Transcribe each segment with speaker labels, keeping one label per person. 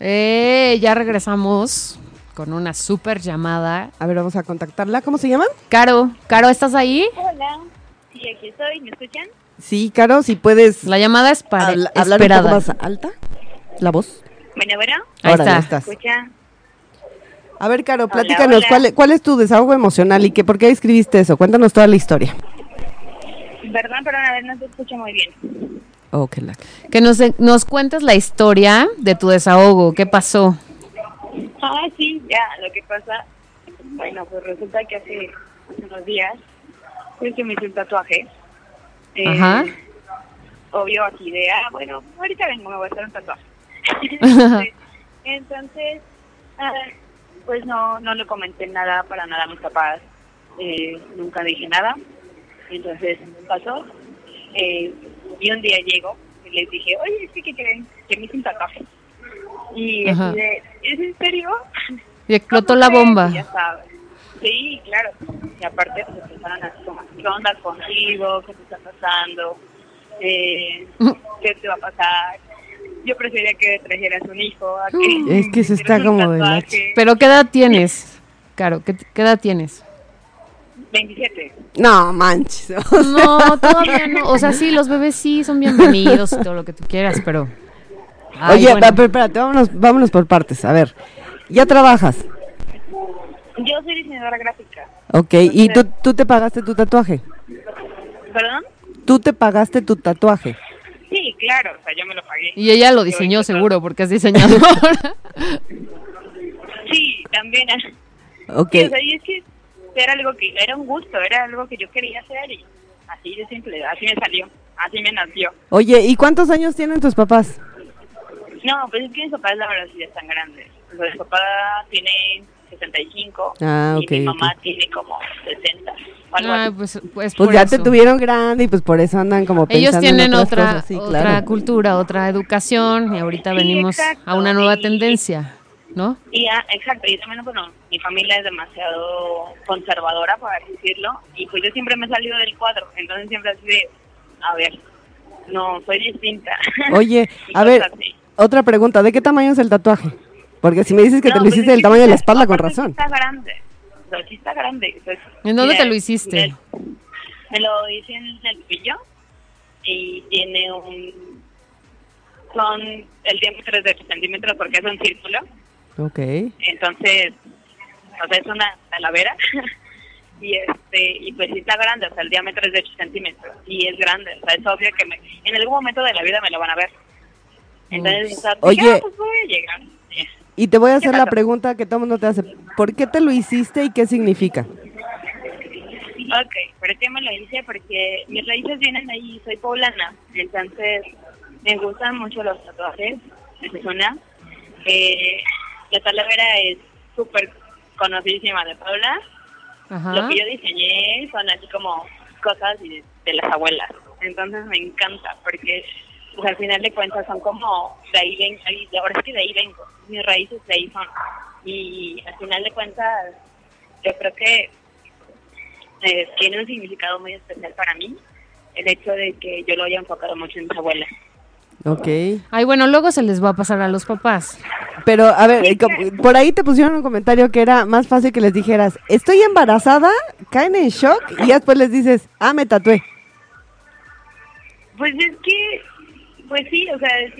Speaker 1: Eh, ya regresamos con una super llamada.
Speaker 2: A ver, vamos a contactarla. ¿Cómo se llama?
Speaker 1: Caro, Caro, ¿estás ahí?
Speaker 3: Hola, sí, aquí estoy, ¿me escuchan?
Speaker 2: Sí, Caro, si puedes
Speaker 1: La llamada es para
Speaker 2: habla- hablar un
Speaker 1: esperada.
Speaker 2: poco más alta la voz.
Speaker 3: Bueno, bueno,
Speaker 1: Ahí
Speaker 2: Órale,
Speaker 1: está.
Speaker 3: ¿me
Speaker 2: estás.
Speaker 3: escuchan?
Speaker 2: A ver, Caro,
Speaker 3: Hola,
Speaker 2: platícanos,
Speaker 3: hola.
Speaker 2: ¿cuál, ¿cuál es tu desahogo emocional y qué, por qué escribiste eso? Cuéntanos toda la historia.
Speaker 3: Perdón, pero a ver, no te escucho muy bien.
Speaker 2: Oh, qué la-
Speaker 1: Que nos, nos cuentes la historia de tu desahogo, qué pasó.
Speaker 3: Ah, sí, ya, lo que pasa, bueno, pues resulta que hace unos días, pues que me hice un tatuaje. Eh,
Speaker 1: Ajá.
Speaker 3: Obvio, así de, ah, bueno, ahorita vengo, me voy a hacer un tatuaje. Entonces, entonces, ah, pues no, no le comenté nada, para nada a mis papás, eh, nunca dije nada. Entonces pasó, eh, y un día llego y les dije, oye, sí que creen que me hice un tatuaje. Y así
Speaker 1: Ajá.
Speaker 3: de, ¿es en serio?
Speaker 1: Y explotó
Speaker 3: ¿Cómo
Speaker 1: la
Speaker 3: crees?
Speaker 1: bomba.
Speaker 3: Ya sabes. Sí, claro. Y aparte, pues empezaron así como, ¿qué onda contigo? ¿Qué te está pasando? Eh,
Speaker 2: Mm.
Speaker 3: ¿Qué te va a pasar? Yo prefería que trajeras un hijo. a que
Speaker 2: Es que se
Speaker 3: te
Speaker 2: está
Speaker 3: hicieras un
Speaker 2: como de la
Speaker 3: tatuaje.
Speaker 1: Pero ¿qué edad tienes? Caro, ¿qué, qué edad tienes?
Speaker 3: 27.
Speaker 2: No, manches.
Speaker 1: No, todavía no. O sea, sí, los bebés sí son bienvenidos y todo lo que tú quieras, pero... Ay,
Speaker 2: Oye,
Speaker 1: bueno.
Speaker 2: pero espérate, vámonos, vámonos por partes. A ver, ya trabajas,
Speaker 3: Yo soy diseñadora gráfica.
Speaker 2: ¿ok? ¿Y tú, tú te pagaste tu tatuaje?
Speaker 3: ¿Perdón?
Speaker 2: ¿Tú te pagaste tu tatuaje?
Speaker 3: Sí, claro. O sea, yo me lo pagué.
Speaker 1: Y ella lo
Speaker 3: Yo
Speaker 1: diseñó
Speaker 3: hice todo.
Speaker 1: seguro porque es diseñadora.
Speaker 3: Sí, también.
Speaker 2: ¿Ok?
Speaker 3: Sí, o sea, y es que era algo que era un gusto, era algo que yo quería hacer y así de simple, así me salió, así me nació.
Speaker 2: Oye, ¿y cuántos años tienen tus papás?
Speaker 3: No, pues es que mis papás la verdad sí ya están grandes. O sea, mi papá tiene 65
Speaker 2: Ah,
Speaker 3: y
Speaker 2: ok,
Speaker 3: mi
Speaker 2: ok.
Speaker 3: mamá tiene como 60. o algo
Speaker 1: Ay,
Speaker 3: así.
Speaker 1: pues, pues
Speaker 2: Pues
Speaker 1: por
Speaker 2: ya te
Speaker 1: eso.
Speaker 2: tuvieron grande y pues por eso andan como pensando
Speaker 1: Ellos
Speaker 2: en
Speaker 1: tienen
Speaker 2: otras
Speaker 1: otra,
Speaker 2: cosas. Sí,
Speaker 1: otra
Speaker 2: claro.
Speaker 1: cultura, otra educación y ahorita
Speaker 3: Sí,
Speaker 1: venimos a
Speaker 3: exacto,
Speaker 1: una nueva
Speaker 3: y-
Speaker 1: tendencia, ¿no?
Speaker 3: Y ah, exacto, y también, bueno, mi familia es demasiado conservadora, para decirlo, y pues yo siempre me he salido del cuadro, entonces siempre así de, a ver, no, soy distinta.
Speaker 2: Oye,
Speaker 3: Y
Speaker 2: a ver,
Speaker 3: cosas así.
Speaker 2: otra pregunta, ¿de qué tamaño es el tatuaje? Porque si me dices que
Speaker 3: No,
Speaker 2: te lo
Speaker 3: pues
Speaker 2: hiciste
Speaker 3: es
Speaker 2: del
Speaker 3: que pues,
Speaker 2: tamaño de la
Speaker 3: sí está-
Speaker 2: espalda, con
Speaker 3: aparte sí
Speaker 2: razón.
Speaker 3: Está grande. O sea, sí está grande. o sea,
Speaker 1: ¿En dónde
Speaker 3: mira,
Speaker 1: te lo hiciste?
Speaker 3: mira, Me lo hice en el pillo y tiene un... Son el diámetro es de 8 centímetros porque es un círculo.
Speaker 2: Ok.
Speaker 3: Entonces, o sea, es una talavera. y este y pues sí está grande. O sea, el diámetro es de 8 centímetros. Y es grande. O sea, es obvio que me- en algún momento de la vida me lo van a ver. Entonces, o sea, dije,
Speaker 2: Oye.
Speaker 3: "Ah, pues voy a llegar.
Speaker 2: Y te voy a hacer la
Speaker 3: pasó?
Speaker 2: pregunta que todo el mundo te hace. ¿Por qué te lo hiciste y qué significa?
Speaker 3: Ok, pero yo me lo hice porque mis raíces vienen de ahí, soy poblana, entonces me gustan mucho los tatuajes, esa es una. Eh, la talavera es súper conocidísima de Puebla, lo
Speaker 1: Ajá.
Speaker 3: que yo diseñé son así como cosas de, de las abuelas, entonces me encanta porque pues, al final de cuentas son como, de ahí ven, ahí- de ahora es que de ahí vengo, mis raíces de ahí son, y al final de cuentas yo creo que eh, tiene un significado muy especial para mí el hecho de que yo lo haya enfocado mucho en mis abuelas.
Speaker 2: Ok.
Speaker 1: Ay, bueno, luego se les va a pasar a los papás.
Speaker 2: Pero, a ver, eh, como- por ahí te pusieron un comentario que era más fácil que les dijeras, estoy embarazada, caen en shock y ya después les dices, ah, me tatué.
Speaker 3: Pues es que, pues sí, o sea, es-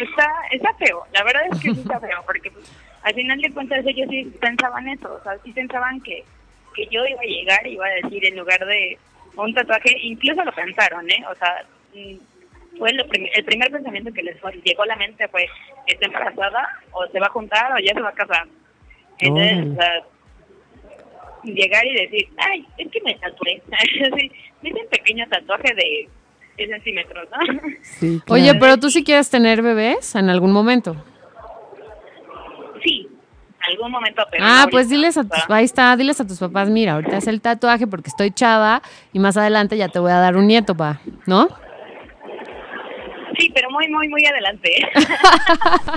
Speaker 3: está, está feo, la verdad es que sí está feo, porque pues, al final de cuentas ellos sí pensaban eso, o sea, sí pensaban que, que yo iba a llegar y iba a decir en lugar de un tatuaje, incluso lo pensaron, ¿eh? O sea, mm, fue lo prim- el primer pensamiento que les fue- llegó a la mente fue, está embarazada, o se va a juntar, o ya se va a casar. Entonces, o sea, llegar y decir, ay, es que me tatué. Sí, me hice un pequeño tatuaje de 10 centímetros, ¿no?
Speaker 2: Sí,
Speaker 1: Oye,
Speaker 3: pues,
Speaker 1: pero tú sí quieres tener bebés en algún momento.
Speaker 3: Sí, algún momento. Pero
Speaker 1: ah,
Speaker 3: no
Speaker 1: pues
Speaker 3: ahorita,
Speaker 1: diles a
Speaker 3: o sea,
Speaker 1: tus, ahí está, diles a tus papás, mira, ahorita es el tatuaje porque estoy chava y más adelante ya te voy a dar un nieto, pa, ¿no?
Speaker 3: Sí, pero muy, muy, muy adelante. ¿eh?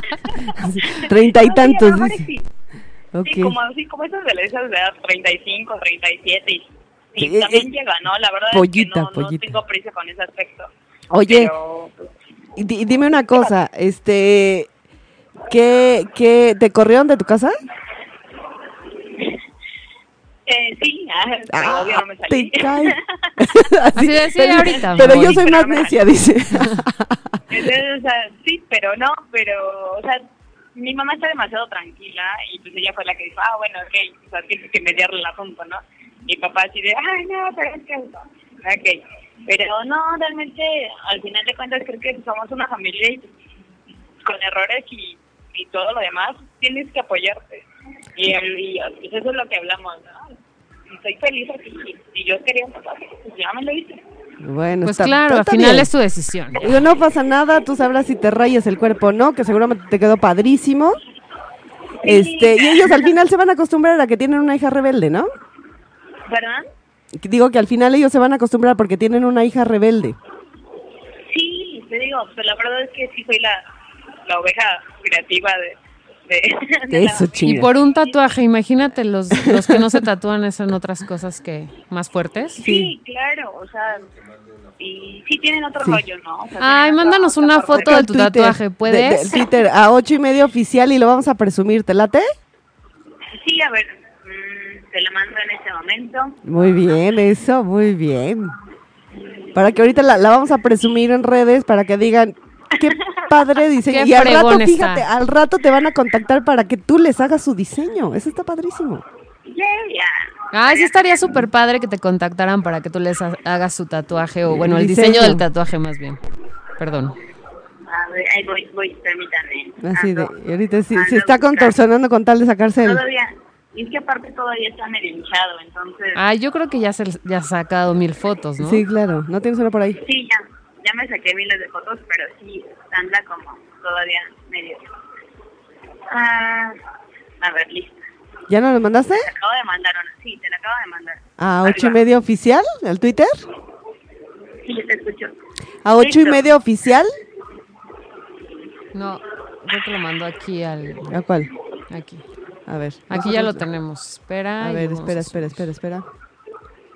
Speaker 2: treinta y
Speaker 3: No, sí, a lo
Speaker 2: tantos.
Speaker 3: mejor
Speaker 2: dice.
Speaker 3: Sí,
Speaker 2: Ok.
Speaker 3: sí, como, sí, como esas de la- esas de edad, 35, 37 y... Y
Speaker 2: Eh, eh,
Speaker 3: también llega, ¿no? La verdad
Speaker 2: pollita,
Speaker 3: es que no, no
Speaker 2: pollita.
Speaker 3: tengo prisa con ese aspecto.
Speaker 2: Oye,
Speaker 3: Pero, pues,
Speaker 2: y di- dime una cosa, este, ¿Qué, qué, ¿Te corrieron de tu casa?
Speaker 3: Eh, sí, ah,
Speaker 2: Ah,
Speaker 3: obvio no me
Speaker 2: te
Speaker 3: salí.
Speaker 2: cae.
Speaker 1: Así de, sí, ahorita me
Speaker 2: Pero
Speaker 1: voy.
Speaker 2: yo soy más
Speaker 3: Pero me-
Speaker 2: necia, dice.
Speaker 3: Entonces, o sea, sí, pero no, pero, o sea, mi mamá está demasiado tranquila y pues ella fue la que dijo, ah, bueno, ok, o sea, tienes que mediarle el asunto, ¿no? Y papá así de, ay, no, pero es que, no. ok. Pero no, realmente, al final de cuentas, creo que somos una familia y pues, con errores y, y todo lo demás, tienes que apoyarte. Y, y, pues, eso es lo que hablamos, ¿no? Y Soy feliz aquí y yo quería un papá, pues ya me lo hice.
Speaker 2: Bueno,
Speaker 1: Pues
Speaker 2: está-
Speaker 1: claro, al
Speaker 2: está
Speaker 1: final
Speaker 2: bien.
Speaker 1: es tu decisión. ya.
Speaker 2: Digo, no pasa nada, tú sabrás si te rayas el cuerpo o no, que seguramente te quedó padrísimo. Este, y ellos al final se van a acostumbrar a que tienen una hija rebelde, ¿no?
Speaker 3: ¿Verdad?
Speaker 2: Digo que al final ellos se van a acostumbrar porque tienen una hija rebelde.
Speaker 3: Sí, te digo, pues la verdad es que sí soy la, la oveja creativa de... de, de la
Speaker 2: Eso,
Speaker 1: Y
Speaker 3: familia.
Speaker 2: chinga.
Speaker 1: por un tatuaje, imagínate, los, los que no se tatúan es en otras cosas que más fuertes.
Speaker 3: Sí, claro, o sea, y sí tienen otro
Speaker 2: Sí.
Speaker 3: rollo, ¿no? O sea,
Speaker 1: Ay,
Speaker 3: tienen otra-
Speaker 1: mándanos
Speaker 3: otra
Speaker 1: una
Speaker 3: forma de-
Speaker 1: foto de tu tatuaje, ¿puedes?
Speaker 2: de- de- Twitter a ocho y media oficial y lo vamos a presumir, ¿te late?
Speaker 3: Sí, a ver, mm, te la mando en este momento.
Speaker 2: Muy bien, eso, muy bien. Para que ahorita la, la vamos a presumir en redes para que digan qué padre diseño.
Speaker 1: Qué
Speaker 2: y al rato,
Speaker 1: fregón está.
Speaker 2: fíjate, al rato te van a contactar para que tú les hagas su diseño. Eso está padrísimo.
Speaker 3: Yeah, yeah.
Speaker 1: Ay, sí estaría súper padre que te contactaran para que tú les ha- hagas su tatuaje o, bueno, el
Speaker 2: Diseño.
Speaker 1: diseño del tatuaje más bien. Perdón.
Speaker 3: A ver, ahí voy, voy, permítame. Ah,
Speaker 2: Así de,
Speaker 3: Ando-
Speaker 2: y ahorita sí, se
Speaker 3: ando
Speaker 2: está
Speaker 3: buscando.
Speaker 2: contorsionando con tal de sacarse el.
Speaker 3: Todavía, y es que aparte todavía está medio hinchado, entonces...
Speaker 1: Ay, yo creo que ya se ya has sacado mil fotos, ¿no?
Speaker 2: Sí, claro, no tienes una por ahí.
Speaker 3: Sí, ya, ya me saqué miles de fotos, pero sí, anda como todavía medio. Ah, a ver, listo.
Speaker 2: ¿Ya no lo mandaste?
Speaker 3: Te acabo de mandar una. Sí, te la acabo de mandar.
Speaker 2: A
Speaker 3: Ahí
Speaker 2: Ah, ocho y
Speaker 3: va.
Speaker 2: media oficial, al Twitter.
Speaker 3: Sí, yo te escucho.
Speaker 2: A ocho y
Speaker 3: Listo.
Speaker 2: media oficial.
Speaker 1: No, creo que lo mando aquí al...
Speaker 2: ¿A cuál?
Speaker 1: Aquí.
Speaker 2: A ver.
Speaker 1: Aquí ya lo
Speaker 2: nosotros-
Speaker 1: tenemos. Espera.
Speaker 2: A
Speaker 1: y
Speaker 2: ver,
Speaker 1: vamos
Speaker 2: espera,
Speaker 1: a-
Speaker 2: espera, espera, espera.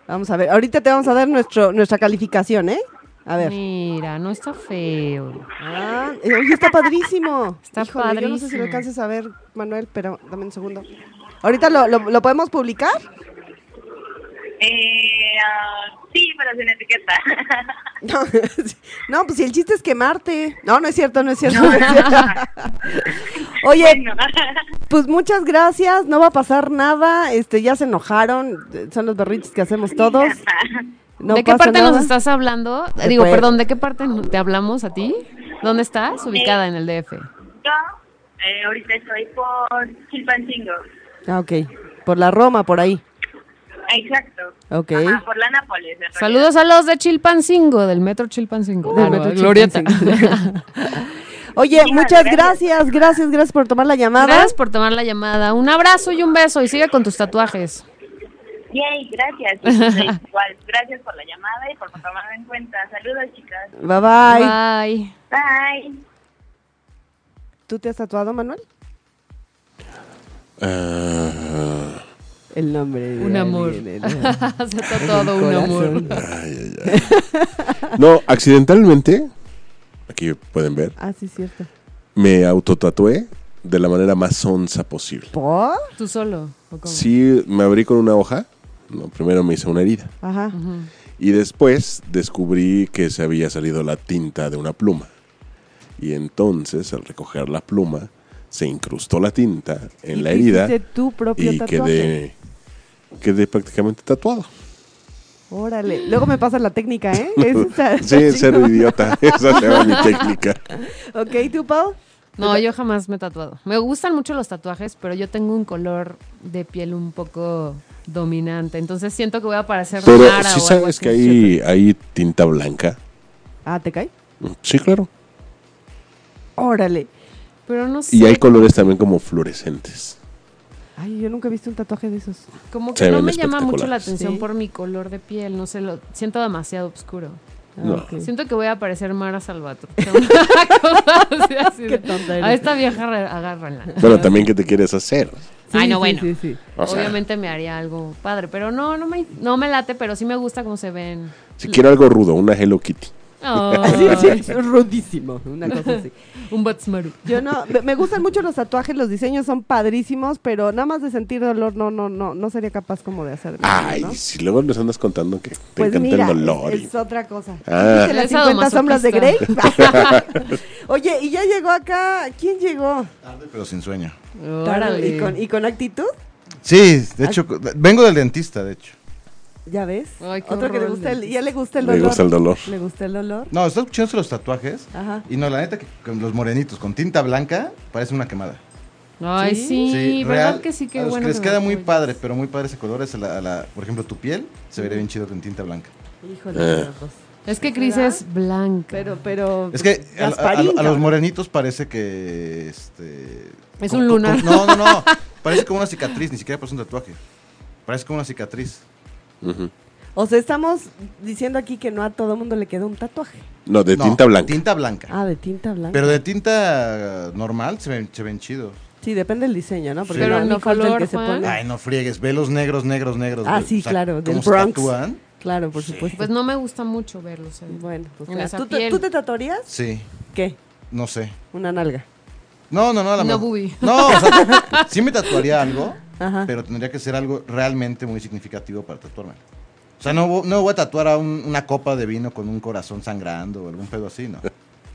Speaker 2: Vamos a ver. Ahorita te vamos a dar nuestro, nuestra calificación, ¿eh? A ver.
Speaker 1: Mira, no está feo.
Speaker 2: Ah, eh, oye, está padrísimo.
Speaker 1: Está
Speaker 2: Yo no sé si lo
Speaker 1: padrísimo.
Speaker 2: alcances a ver, Manuel, pero dame un segundo. Ahorita lo, lo, lo podemos publicar.
Speaker 3: Eh, ah, sí, pero sin etiqueta.
Speaker 2: No, no, pues si el chiste es quemarte. No, no es cierto, no es cierto. no es cierto. Oye,
Speaker 3: bueno,
Speaker 2: Pues muchas gracias, no va a pasar nada, este ya se enojaron, eh, son los berrinches que hacemos todos. No
Speaker 1: ¿De qué
Speaker 2: pasa
Speaker 1: parte
Speaker 2: nada.
Speaker 1: nos estás hablando?
Speaker 2: De
Speaker 1: Digo,
Speaker 2: Puebla.
Speaker 1: perdón, ¿de qué parte no- te hablamos a ti? ¿Dónde estás? Ubicada en el DF.
Speaker 3: yo eh, ahorita estoy por Chilpancingo.
Speaker 2: Ah, ok, por la Roma, por ahí.
Speaker 3: Exacto.
Speaker 2: Ok.
Speaker 3: Ajá, por la Nápoles. en realidad.
Speaker 1: Saludos a los de Chilpancingo, del metro Chilpancingo.
Speaker 2: Del
Speaker 1: Ah, no,
Speaker 2: metro
Speaker 1: Glorieta.
Speaker 2: Chilpancingo. Oye,
Speaker 3: Sí,
Speaker 2: muchas
Speaker 3: gracias.
Speaker 2: gracias, gracias, gracias por tomar la llamada.
Speaker 1: Gracias por tomar la llamada. Un abrazo y un beso y sigue con tus tatuajes.
Speaker 3: Yay, gracias. Sí, sí, Igual, gracias por la llamada y por tomarme en cuenta. Saludos, chicas.
Speaker 2: Bye, bye
Speaker 1: Bye.
Speaker 3: Bye.
Speaker 2: ¿Tú te has tatuado, Manuel?
Speaker 4: Ah,
Speaker 2: El nombre. de
Speaker 1: Un amor.
Speaker 2: alguien, el-
Speaker 1: Se está todo un amor.
Speaker 2: corazón.
Speaker 4: ay, ay, ay. No, accidentalmente, aquí pueden ver,
Speaker 2: Ah, sí, cierto.
Speaker 4: me autotatué de la manera más sonsa posible.
Speaker 2: ¿Por?
Speaker 1: ¿Tú solo? ¿O cómo?
Speaker 4: Sí, me abrí con una hoja. No, primero me hice una herida.
Speaker 2: Ajá.
Speaker 4: Y después descubrí que se había salido la tinta de una pluma. Y entonces, al recoger la pluma, se incrustó la tinta en
Speaker 2: ¿Y
Speaker 4: la
Speaker 2: te
Speaker 4: herida
Speaker 2: hiciste tu propio
Speaker 4: y
Speaker 2: tatuaje?
Speaker 4: quedé, quedé prácticamente tatuado.
Speaker 2: Órale. Luego me pasas la técnica, ¿eh? Eso está-
Speaker 4: Sí, ser idiota. Esa era mi técnica.
Speaker 2: Ok, ¿tú, Pau?
Speaker 1: No, yo jamás me he tatuado. Me gustan mucho los tatuajes, pero yo tengo un color de piel un poco dominante. Entonces siento que voy a parecer
Speaker 4: Pero
Speaker 1: rara
Speaker 4: si
Speaker 1: o algo
Speaker 4: sabes
Speaker 1: así.
Speaker 4: que hay, hay tinta blanca.
Speaker 2: Ah, ¿te cae?
Speaker 4: Sí, claro.
Speaker 2: Órale.
Speaker 1: Pero no sé.
Speaker 4: Y hay colores también como fluorescentes.
Speaker 2: Ay, yo nunca he visto un tatuaje de esos.
Speaker 1: Como
Speaker 4: Se
Speaker 1: que no
Speaker 4: ven
Speaker 1: me llama mucho la
Speaker 4: espectaculares.
Speaker 1: atención
Speaker 2: Sí.
Speaker 1: por mi color de piel, no sé, lo siento demasiado oscuro.
Speaker 2: Ah,
Speaker 4: No.
Speaker 2: ok.
Speaker 1: Siento que voy a parecer Mara Salvatore. Una cosa así, así de,
Speaker 2: Qué tonta eres.
Speaker 1: A esta vieja re- agárrenla.
Speaker 4: Bueno, también que te quieres hacer.
Speaker 1: Ay, no,
Speaker 2: sí,
Speaker 1: bueno.
Speaker 2: Sí, sí.
Speaker 4: O sea,
Speaker 1: Obviamente me haría algo padre, pero no, no me, no me late, pero sí me gusta cómo se ven.
Speaker 4: si quiero algo rudo, una Hello Kitty.
Speaker 2: Así,
Speaker 1: Ay,
Speaker 2: Ah, sí,
Speaker 4: Ah.
Speaker 2: es rudísimo, una cosa así.
Speaker 1: Un Batsmaru.
Speaker 2: Yo no, me- me gustan mucho los tatuajes, los diseños son padrísimos, pero nada más de sentir dolor no, no, no, no sería capaz como de hacerme.
Speaker 4: Ay,
Speaker 2: ¿no?
Speaker 4: si luego nos andas contando que te
Speaker 2: Pues
Speaker 4: encanta
Speaker 2: mira,
Speaker 4: el dolor.
Speaker 2: es,
Speaker 4: y-
Speaker 2: es otra cosa.
Speaker 4: Ah.
Speaker 2: ¿Viste las
Speaker 1: Es
Speaker 2: 50 sombras de Grey?
Speaker 1: sadomasoquista.
Speaker 2: Oye, y ya llegó acá, ¿quién llegó?
Speaker 5: Tarde, pero sin sueño.
Speaker 1: Órale.
Speaker 2: ¿Y con, y con actitud,
Speaker 5: Sí, de hecho, co- vengo del dentista, de hecho.
Speaker 2: ya ves.
Speaker 1: Ay, qué
Speaker 2: Otro que le
Speaker 1: horror
Speaker 2: gusta,
Speaker 1: el
Speaker 2: el, ya le gusta el
Speaker 4: Le
Speaker 2: dolor.
Speaker 4: gusta el dolor.
Speaker 2: Le gusta el dolor.
Speaker 5: No, está escuchando los tatuajes.
Speaker 2: Ajá.
Speaker 5: Y no, la neta, que con los morenitos, con tinta blanca, parece una quemada.
Speaker 1: Ay, sí, verdad
Speaker 5: real,
Speaker 1: que sí,
Speaker 5: a
Speaker 1: qué
Speaker 5: los
Speaker 1: bueno.
Speaker 5: que les
Speaker 1: me
Speaker 5: queda muy
Speaker 1: apoyas.
Speaker 5: padre, pero muy padre ese color. Es a la, a la- por ejemplo, tu piel se vería bien chido con tinta blanca.
Speaker 2: Híjole,
Speaker 4: Eh.
Speaker 2: no, pues,
Speaker 1: Es que Cris
Speaker 2: ¿Verdad?
Speaker 1: es blanca.
Speaker 2: Pero, pero.
Speaker 5: Es que a, a- a-
Speaker 2: Gasparín,
Speaker 5: a los
Speaker 2: cabrón.
Speaker 5: morenitos parece que. Este,
Speaker 1: Es
Speaker 5: como-
Speaker 1: un
Speaker 5: co-
Speaker 1: lunar.
Speaker 5: co- no, no, no. Parece como una cicatriz, ni siquiera parece un tatuaje. Parece como una cicatriz.
Speaker 4: Ujú.
Speaker 2: O sea, estamos diciendo aquí que no a todo mundo le quedó un tatuaje.
Speaker 4: No, de
Speaker 5: No,
Speaker 4: tinta blanca.
Speaker 5: Tinta blanca.
Speaker 2: Ah, de tinta blanca.
Speaker 5: Pero de tinta eh, normal se ven, se ven chidos.
Speaker 2: Sí, depende del diseño, ¿no? Porque
Speaker 5: Pero
Speaker 2: no
Speaker 1: en
Speaker 2: no
Speaker 1: el
Speaker 2: falta el
Speaker 1: color,
Speaker 2: que se
Speaker 1: Juan.
Speaker 2: pone.
Speaker 5: Ay, no friegues, ve los negros, negros, negros.
Speaker 2: Ah,
Speaker 5: güey.
Speaker 2: sí,
Speaker 5: O sea,
Speaker 2: claro, del
Speaker 5: ¿cómo se
Speaker 2: Bronx.
Speaker 5: tatúan?
Speaker 2: Claro, por supuesto.
Speaker 1: Pues no me gusta mucho verlos. ¿eh? ahí.
Speaker 2: Bueno, pues
Speaker 1: En
Speaker 2: claro.
Speaker 1: esa
Speaker 2: ¿Tú, te,
Speaker 1: piel.
Speaker 2: tú te tatuarías?
Speaker 5: Sí,
Speaker 2: ¿Qué?
Speaker 5: no sé.
Speaker 2: Una nalga.
Speaker 5: No, no, no, a la
Speaker 1: Una
Speaker 5: mejor-
Speaker 1: boobie.
Speaker 5: No, o sea, sí me tatuaría algo,
Speaker 2: Ajá.
Speaker 5: pero tendría que ser algo realmente muy significativo para tatuarme. O sea, no, vo- no voy a tatuar a un- una copa de vino con un corazón sangrando o algún pedo así, ¿no.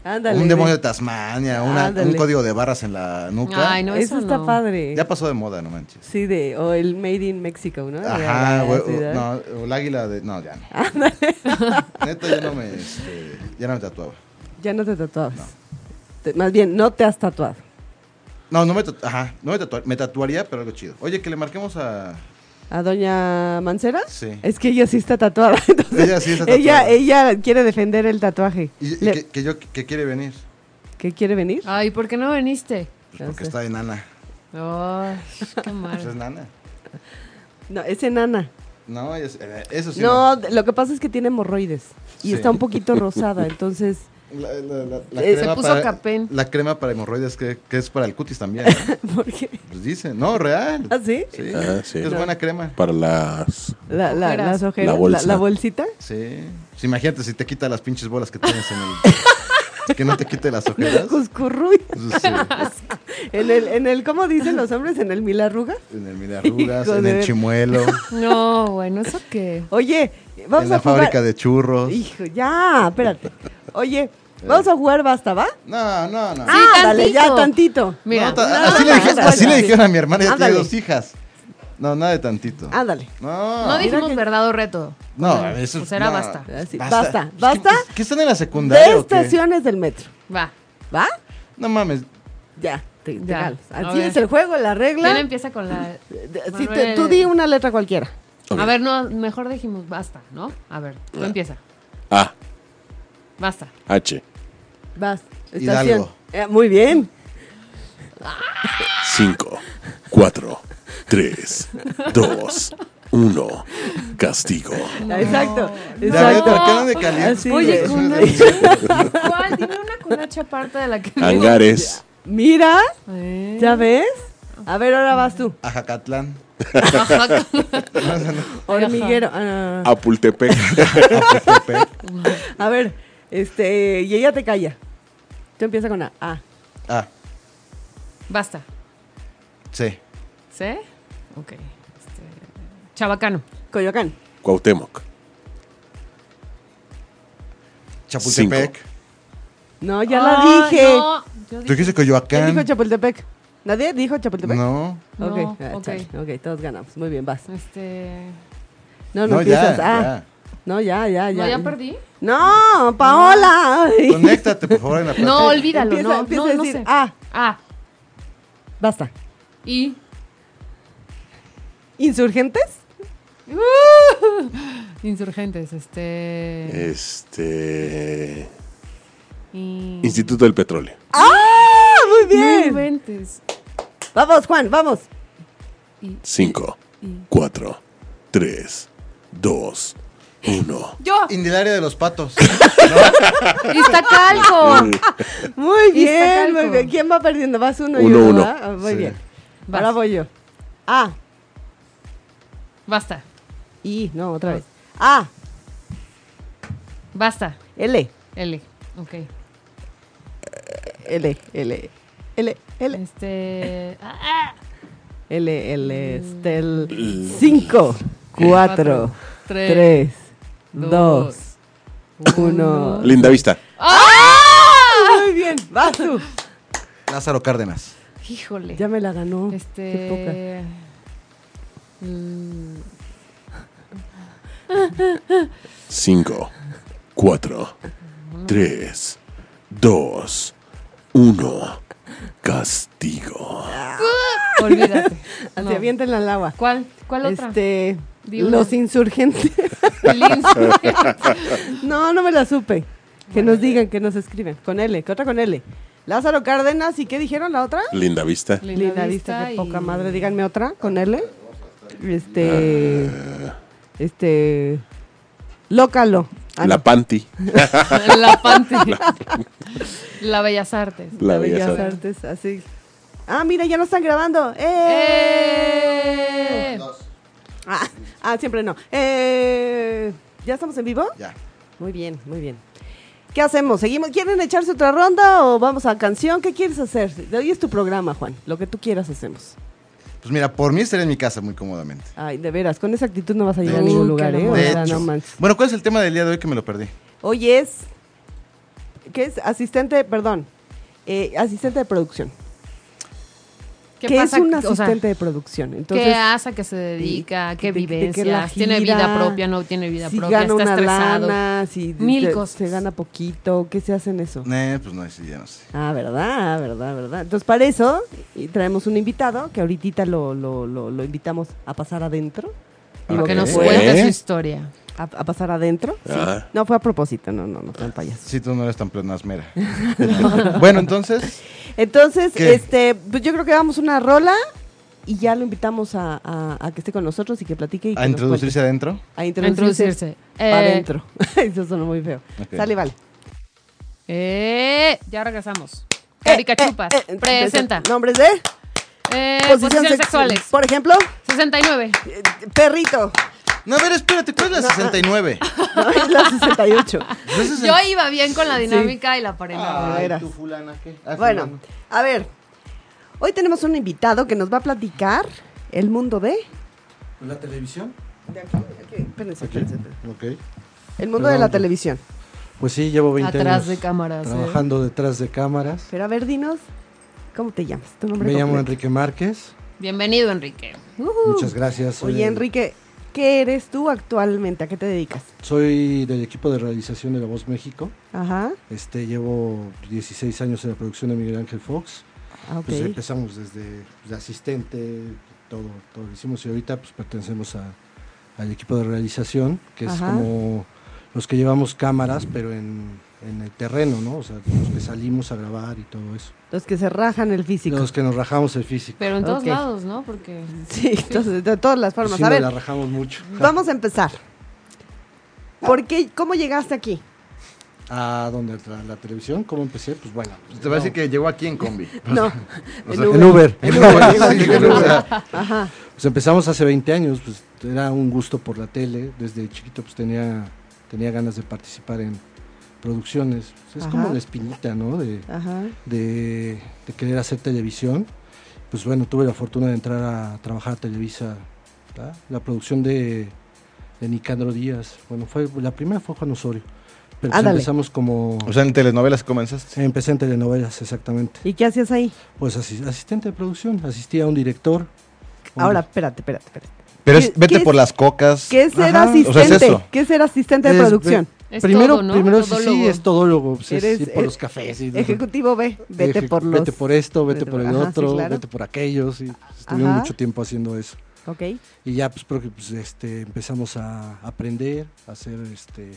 Speaker 2: Ándale.
Speaker 5: un demonio de
Speaker 2: ve.
Speaker 5: Tasmania, una- un
Speaker 2: Ándale.
Speaker 5: código de barras en la nuca.
Speaker 1: Ay, no,
Speaker 2: Eso
Speaker 1: eso
Speaker 2: está
Speaker 1: no.
Speaker 2: padre.
Speaker 5: Ya pasó de moda, no manches.
Speaker 2: Sí, de, o el Made in Mexico, ¿no?
Speaker 5: Ajá,
Speaker 2: Así,
Speaker 5: güey, o-
Speaker 2: ¿verdad?
Speaker 5: no, o el águila de... No, ya no. Neta, ya no me, este, ya no me tatuaba.
Speaker 2: Ya no te tatuabas. Te- más bien, no te has tatuado.
Speaker 5: No, no me, tatu- ajá, no me, tatuar- me tatuaría, pero algo chido. Oye, que le marquemos a...
Speaker 2: ¿A Doña Mancera?
Speaker 5: Sí.
Speaker 2: Es que ella sí está tatuada. entonces,
Speaker 5: Ella sí está tatuada.
Speaker 2: Ella, ella quiere defender el tatuaje.
Speaker 5: Y, y
Speaker 2: Le-
Speaker 5: que, que yo, que quiere venir.
Speaker 2: ¿Que quiere venir?
Speaker 1: Ay, ¿por qué no viniste?
Speaker 5: Pues
Speaker 2: Ya
Speaker 5: porque
Speaker 2: sé.
Speaker 5: está de nana.
Speaker 1: Ay, qué mal.
Speaker 5: Pues es nana.
Speaker 2: No, es enana.
Speaker 5: No, ella es- eh, eso sí.
Speaker 2: no, de- lo que pasa es que tiene hemorroides. Y
Speaker 5: Sí.
Speaker 2: está un poquito rosada, entonces...
Speaker 5: La, la- la- la
Speaker 2: Eh, se
Speaker 5: crema
Speaker 1: puso
Speaker 5: para-
Speaker 1: capén.
Speaker 5: La crema para hemorroides que, que es para el cutis también. ¿no?
Speaker 2: Porque,
Speaker 5: Pues dicen, no, real.
Speaker 2: ¿Ah, sí?
Speaker 5: Sí.
Speaker 4: Ah, sí.
Speaker 5: Es buena crema.
Speaker 4: Para las.
Speaker 2: La, la-
Speaker 1: Ojeras.
Speaker 2: las ojeras,
Speaker 4: La
Speaker 2: la,
Speaker 4: bolsa.
Speaker 2: la bolsita.
Speaker 5: Sí. Pues imagínate si te quita las pinches bolas que tienes en el... que no te quite las ojeras.
Speaker 2: Cuscurruy.
Speaker 5: Pues sí,
Speaker 2: En el, en el, ¿cómo dicen los hombres? En el milarruga.
Speaker 5: en el milarrugas,
Speaker 2: Hijo
Speaker 5: en
Speaker 2: de
Speaker 5: el
Speaker 2: ver-
Speaker 5: chimuelo,
Speaker 1: No, bueno, ¿eso qué?
Speaker 2: Oye, vamos
Speaker 5: en la
Speaker 2: a jugar.
Speaker 5: fábrica de churros.
Speaker 2: Hijo, ya, espérate. Oye, vamos a jugar basta, ¿va?
Speaker 5: No, no, no.
Speaker 2: ah, dale, ya tantito.
Speaker 1: Mira,
Speaker 5: No, ta- así, le dijeron,
Speaker 2: ándale.
Speaker 5: así le dijeron a mi hermana, ya tiene
Speaker 2: Ándale.
Speaker 5: dos hijas. No, nada de tantito.
Speaker 2: Ándale.
Speaker 5: No,
Speaker 1: no dijimos
Speaker 2: que-
Speaker 1: verdad o reto.
Speaker 5: no, Ah, eso
Speaker 1: Pues era
Speaker 5: no.
Speaker 1: basta.
Speaker 2: Así, basta, basta.
Speaker 5: ¿Qué, qué están en la secundaria?
Speaker 2: De
Speaker 5: o qué?
Speaker 2: estaciones del metro,
Speaker 1: Va.
Speaker 2: ¿va?
Speaker 5: No mames.
Speaker 2: Ya, te, te
Speaker 1: Ya.
Speaker 2: calmas.
Speaker 1: A
Speaker 2: Así
Speaker 1: ver.
Speaker 2: es el juego, la
Speaker 1: ¿Quién
Speaker 2: regla.
Speaker 1: empieza con la...?
Speaker 2: Si te-
Speaker 1: Manuel.
Speaker 2: tú di una letra cualquiera.
Speaker 4: Ok.
Speaker 1: A ver, no, mejor dijimos basta, ¿no? A ver, tú empieza.
Speaker 4: A.
Speaker 1: Basta.
Speaker 4: H.
Speaker 2: Vas, estación.
Speaker 5: Hidalgo.
Speaker 2: Eh, muy bien.
Speaker 4: 5, 4, 3, 2, 1. Castigo.
Speaker 2: Exacto.
Speaker 5: Ya ves,
Speaker 2: exacto.
Speaker 5: ¿Por qué no de caliente?
Speaker 2: Así
Speaker 1: Oye,
Speaker 2: es.
Speaker 5: Es una
Speaker 1: con
Speaker 5: de-
Speaker 1: ¿Cuál? Dime una con H aparte de la que...
Speaker 4: Hangares.
Speaker 2: Mira,
Speaker 1: Eh.
Speaker 2: ¿ya ves? A ver, ahora vas tú.
Speaker 5: Ajacatlán.
Speaker 2: Hormiguero. Ah, no, no,
Speaker 4: Apultepec.
Speaker 5: Apotepec,
Speaker 2: no. A ver, este, y ella te calla. Tú empieza con A. A.
Speaker 5: Ah,
Speaker 1: Basta.
Speaker 5: sí.
Speaker 1: ¿Sí? Ok. Este, Chabacano.
Speaker 2: Coyoacán.
Speaker 4: Cuauhtémoc.
Speaker 5: Chapultepec.
Speaker 2: No, ya
Speaker 1: Ay,
Speaker 2: la dije.
Speaker 1: Ah, no, yo
Speaker 5: ¿Tú
Speaker 1: dije-
Speaker 5: dijiste
Speaker 2: ¿Quién dijo
Speaker 5: Coyoacán?
Speaker 2: Chapultepec? ¿Nadie dijo Chapultepec?
Speaker 5: No.
Speaker 1: No,
Speaker 2: Ok, ah,
Speaker 1: ok.
Speaker 2: chale, ok, todos ganamos. Muy bien, vas.
Speaker 1: Este...
Speaker 2: No, no,
Speaker 5: No, ya,
Speaker 2: empiezas. ah,
Speaker 5: ya.
Speaker 2: no, ya, ya,
Speaker 1: ¿No
Speaker 2: ya.
Speaker 1: Ah, ya perdí?
Speaker 2: No, Paola. ay.
Speaker 5: Conéctate, por favor, en la plática.
Speaker 1: No, olvídalo,
Speaker 2: Empieza-
Speaker 1: no,
Speaker 2: empieza
Speaker 1: no,
Speaker 2: a
Speaker 1: no
Speaker 2: decir,
Speaker 1: sé.
Speaker 2: ah.
Speaker 1: Ah,
Speaker 2: Basta.
Speaker 1: y...
Speaker 2: ¿Insurgentes?
Speaker 1: Uh, insurgentes, este...
Speaker 4: Eh, Este.
Speaker 1: y-
Speaker 4: Instituto del Petróleo.
Speaker 2: ¡Ah! Muy
Speaker 1: No
Speaker 2: bien.
Speaker 1: inventes.
Speaker 2: Vamos, Juan, vamos.
Speaker 4: 5, 4, 3, 2, 1.
Speaker 1: Yo,
Speaker 5: Indelaria de los patos.
Speaker 1: Iztacalco.
Speaker 2: Muy bien,
Speaker 1: Iztacalco.
Speaker 2: muy bien. ¿Quién va perdiendo? Vas uno y
Speaker 4: Uno,
Speaker 2: uno.
Speaker 4: uno.
Speaker 2: ¿va? Ah, Muy
Speaker 5: Sí.
Speaker 2: bien.
Speaker 1: Vas.
Speaker 2: Ahora voy yo. A.
Speaker 1: Basta, Ah.
Speaker 2: I. No, otra vez. A.
Speaker 1: basta.
Speaker 2: L.
Speaker 1: L. Ok.
Speaker 2: L, L, L, L,
Speaker 1: Este. ah, ah.
Speaker 2: L, L, Estel. 5, 4,
Speaker 1: Tres.
Speaker 2: 3, 2, 1.
Speaker 4: Linda vista.
Speaker 1: ¡Ah!
Speaker 2: Muy bien, vas tú.
Speaker 5: Lázaro Cárdenas.
Speaker 1: Híjole.
Speaker 2: Ya me la ganó. Qué
Speaker 1: Este. mm,
Speaker 4: 5, 4, 3, 2, 1. Castigo.
Speaker 1: olvídate.
Speaker 2: poca.
Speaker 1: No.
Speaker 2: Se avienten al agua.
Speaker 1: ¿Cuál? ¿Cuál otra?
Speaker 2: Este,
Speaker 1: Di una.
Speaker 2: los insurgentes.
Speaker 1: El ins-
Speaker 2: no, no me la supe. Que nos digan, que nos escriben. Con L, ¿qué otra con L? Lázaro Cárdenas, ¿y qué dijeron la otra?
Speaker 4: Linda vista.
Speaker 2: Linda vista, qué
Speaker 1: y-
Speaker 2: poca madre. Díganme otra con L. Este. Este. Lócalo. Ah,
Speaker 4: La
Speaker 2: no.
Speaker 4: panty.
Speaker 1: La Panty. La Bellas Artes.
Speaker 4: La bella
Speaker 2: Bellas Artes, así. Ah, mira, ya no están grabando. ¡Eh!
Speaker 1: ¡Eh!
Speaker 2: Ah, ah, siempre no. Eh, ¿Ya estamos en vivo?
Speaker 5: Ya.
Speaker 2: Muy bien, muy bien. ¿Qué hacemos? ¿Seguimos? ¿Quieren echarse otra ronda o vamos a canción? ¿Qué quieres hacer? Hoy es tu programa, Juan. Lo que tú quieras hacemos.
Speaker 5: Pues mira, por mí estaré en mi casa muy cómodamente.
Speaker 2: Ay, de veras, con esa actitud no vas a llegar a
Speaker 1: Uy,
Speaker 2: ningún
Speaker 1: qué
Speaker 2: lugar, ¿eh?
Speaker 1: amor.
Speaker 2: O
Speaker 5: De
Speaker 2: sea, no
Speaker 5: hecho.
Speaker 2: manches.
Speaker 5: Bueno, ¿cuál es el tema del día de hoy que me lo perdí?
Speaker 2: Hoy es. ¿Qué es? Asistente, perdón. eh, asistente de producción.
Speaker 1: ¿Qué,
Speaker 2: ¿Qué
Speaker 1: pasa?
Speaker 2: es un
Speaker 1: O sea,
Speaker 2: asistente de producción?
Speaker 1: ¿Qué
Speaker 2: Entonces,
Speaker 1: hace? ¿A qué se dedica? ¿Qué
Speaker 2: de- de- de que la
Speaker 1: vivencias? ¿Tiene vida
Speaker 2: gira,
Speaker 1: propia? ¿No tiene vida
Speaker 2: si
Speaker 1: propia?
Speaker 2: gana
Speaker 1: ¿Está
Speaker 2: una
Speaker 1: estresado?
Speaker 2: lana, si
Speaker 1: Mil
Speaker 2: se-
Speaker 1: cosas.
Speaker 2: se gana poquito, ¿qué se hace en eso?
Speaker 5: Eh, pues no, sí, ya no sé.
Speaker 2: Ah, verdad, verdad, verdad. Entonces, para eso y traemos un invitado que ahorita lo, lo, lo, lo invitamos a pasar adentro.
Speaker 1: Para que
Speaker 5: Ok.
Speaker 1: nos
Speaker 4: ¿Eh?
Speaker 1: cuente su historia.
Speaker 2: A, a pasar adentro. sí.
Speaker 4: Ah.
Speaker 2: No, fue a propósito, no, no, no, tan payaso.
Speaker 5: Si tú no eres tan plenasmera. bueno, entonces,
Speaker 2: Entonces,
Speaker 5: ¿Qué?
Speaker 2: este, pues yo creo que damos una rola y ya lo invitamos a, a- a que esté con nosotros y que platique. Y que
Speaker 5: a
Speaker 2: nos
Speaker 5: introducirse adentro.
Speaker 2: cuente. A
Speaker 1: A
Speaker 2: introducirse.
Speaker 1: introducirse.
Speaker 2: Para
Speaker 1: Eh,
Speaker 2: adentro. eso suena muy feo.
Speaker 5: Ok.
Speaker 2: Sale, vale.
Speaker 1: eh, ya regresamos. Erika Chupas,
Speaker 2: Eh, eh,
Speaker 1: presenta.
Speaker 2: Nombres de
Speaker 1: Eh,
Speaker 2: posición
Speaker 1: posiciones
Speaker 2: sex-
Speaker 1: sexuales.
Speaker 2: Por ejemplo,
Speaker 1: 69.
Speaker 2: eh, perrito.
Speaker 5: No, a ver, espérate, ¿cuál es la 69?
Speaker 2: No, es la 68.
Speaker 1: Yo iba bien con la dinámica y la pared.
Speaker 2: de veras.
Speaker 5: fulana, ¿qué?
Speaker 2: Bueno, a ver, hoy tenemos un invitado que nos va a platicar el mundo de...
Speaker 6: ¿La televisión?
Speaker 2: de aquí, aquí, espérense, espérense, espérense.
Speaker 5: Ok.
Speaker 2: El mundo de la
Speaker 6: Perdón.
Speaker 2: televisión.
Speaker 6: Pues sí, llevo 20
Speaker 1: Atrás
Speaker 6: años
Speaker 1: de
Speaker 2: ¿eh?
Speaker 1: cámaras,
Speaker 6: Trabajando detrás de cámaras.
Speaker 2: Pero a ver, dinos, ¿cómo te llamas? Tu nombre
Speaker 6: Me llamo
Speaker 2: completo.
Speaker 6: Enrique Márquez.
Speaker 1: Bienvenido, Enrique.
Speaker 2: Ujú.
Speaker 6: Muchas gracias. Eh, soy
Speaker 2: Oye,
Speaker 6: el-
Speaker 2: Enrique, ¿qué eres tú actualmente? ¿A qué te dedicas?
Speaker 6: Soy del equipo de realización de La Voz México.
Speaker 2: Ajá,
Speaker 6: Este, llevo 16 años en la producción de Miguel Ángel Fox.
Speaker 2: ah, ok.
Speaker 6: Pues empezamos desde pues, de asistente, todo, todo lo hicimos y ahorita pues pertenecemos a- al equipo de realización, que es
Speaker 2: Ajá.
Speaker 6: como los que llevamos cámaras, pero en, en el terreno, ¿no? O sea, los que salimos a grabar y todo eso.
Speaker 2: Los que se rajan el físico.
Speaker 6: Los que nos rajamos el físico.
Speaker 1: Pero en todos
Speaker 2: Ok.
Speaker 1: lados, ¿no? Porque.
Speaker 2: Sí, entonces, de todas las formas.
Speaker 6: Sí,
Speaker 2: a
Speaker 6: nos
Speaker 2: ver,
Speaker 6: la rajamos mucho.
Speaker 2: vamos a empezar. ¿Por qué, ¿Cómo llegaste aquí? em-
Speaker 6: ¿A dónde? ¿A la televisión? ¿Cómo empecé? Pues bueno. pues,
Speaker 5: Te voy a
Speaker 6: no.
Speaker 5: decir que llegó aquí en combi.
Speaker 2: No, en
Speaker 6: En Uber.
Speaker 5: Sí, en Uber.
Speaker 2: Ajá,
Speaker 6: Pues empezamos hace 20 años, pues era un gusto por la tele. Desde chiquito pues tenía, tenía ganas de participar en producciones. Pues, es
Speaker 2: Ajá. Ah.
Speaker 6: como la espinita, ¿no? De,
Speaker 2: ajá.
Speaker 6: de, de querer hacer televisión. Pues bueno, tuve la fortuna de entrar a trabajar a Televisa, ¿verdad? la producción de, de Nicandro Díaz. Bueno, fue la primera fue Juan Osorio. Pero pues,
Speaker 2: Ándale.
Speaker 6: empezamos como...
Speaker 5: O sea, en telenovelas comenzaste.
Speaker 6: Empecé en telenovelas, exactamente.
Speaker 2: ¿Y qué hacías ahí?
Speaker 6: Pues asi- asistente de producción, asistía a un director. un-
Speaker 2: Ahora, espérate, espérate, espérate.
Speaker 5: Pero es
Speaker 2: ¿Qué-
Speaker 5: vete
Speaker 2: qué
Speaker 5: por
Speaker 2: es-
Speaker 5: las cocas.
Speaker 2: ¿Qué es ser
Speaker 6: Ajá.
Speaker 2: asistente?
Speaker 5: O sea, es eso.
Speaker 2: ¿Qué es ser asistente de
Speaker 6: Es-
Speaker 2: producción?
Speaker 6: ve-
Speaker 1: Es
Speaker 6: primero,
Speaker 1: todo, ¿no?
Speaker 6: primero sí, sí,
Speaker 1: Todólogo.
Speaker 6: es todólogo. pues, es ir por
Speaker 2: eh,
Speaker 6: los cafés. y-
Speaker 2: Ejecutivo B, vete
Speaker 6: eje-
Speaker 2: por los...
Speaker 6: Vete por e- esto, vete,
Speaker 2: vete
Speaker 6: por
Speaker 2: por-
Speaker 6: el
Speaker 2: ajá, sí,
Speaker 6: otro,
Speaker 2: claro.
Speaker 6: vete por aquellos. Y estuvimos
Speaker 2: Ajá.
Speaker 6: mucho tiempo haciendo eso.
Speaker 2: Ok,
Speaker 6: Y ya pues, creo que, pues, este, empezamos a aprender, a hacer este,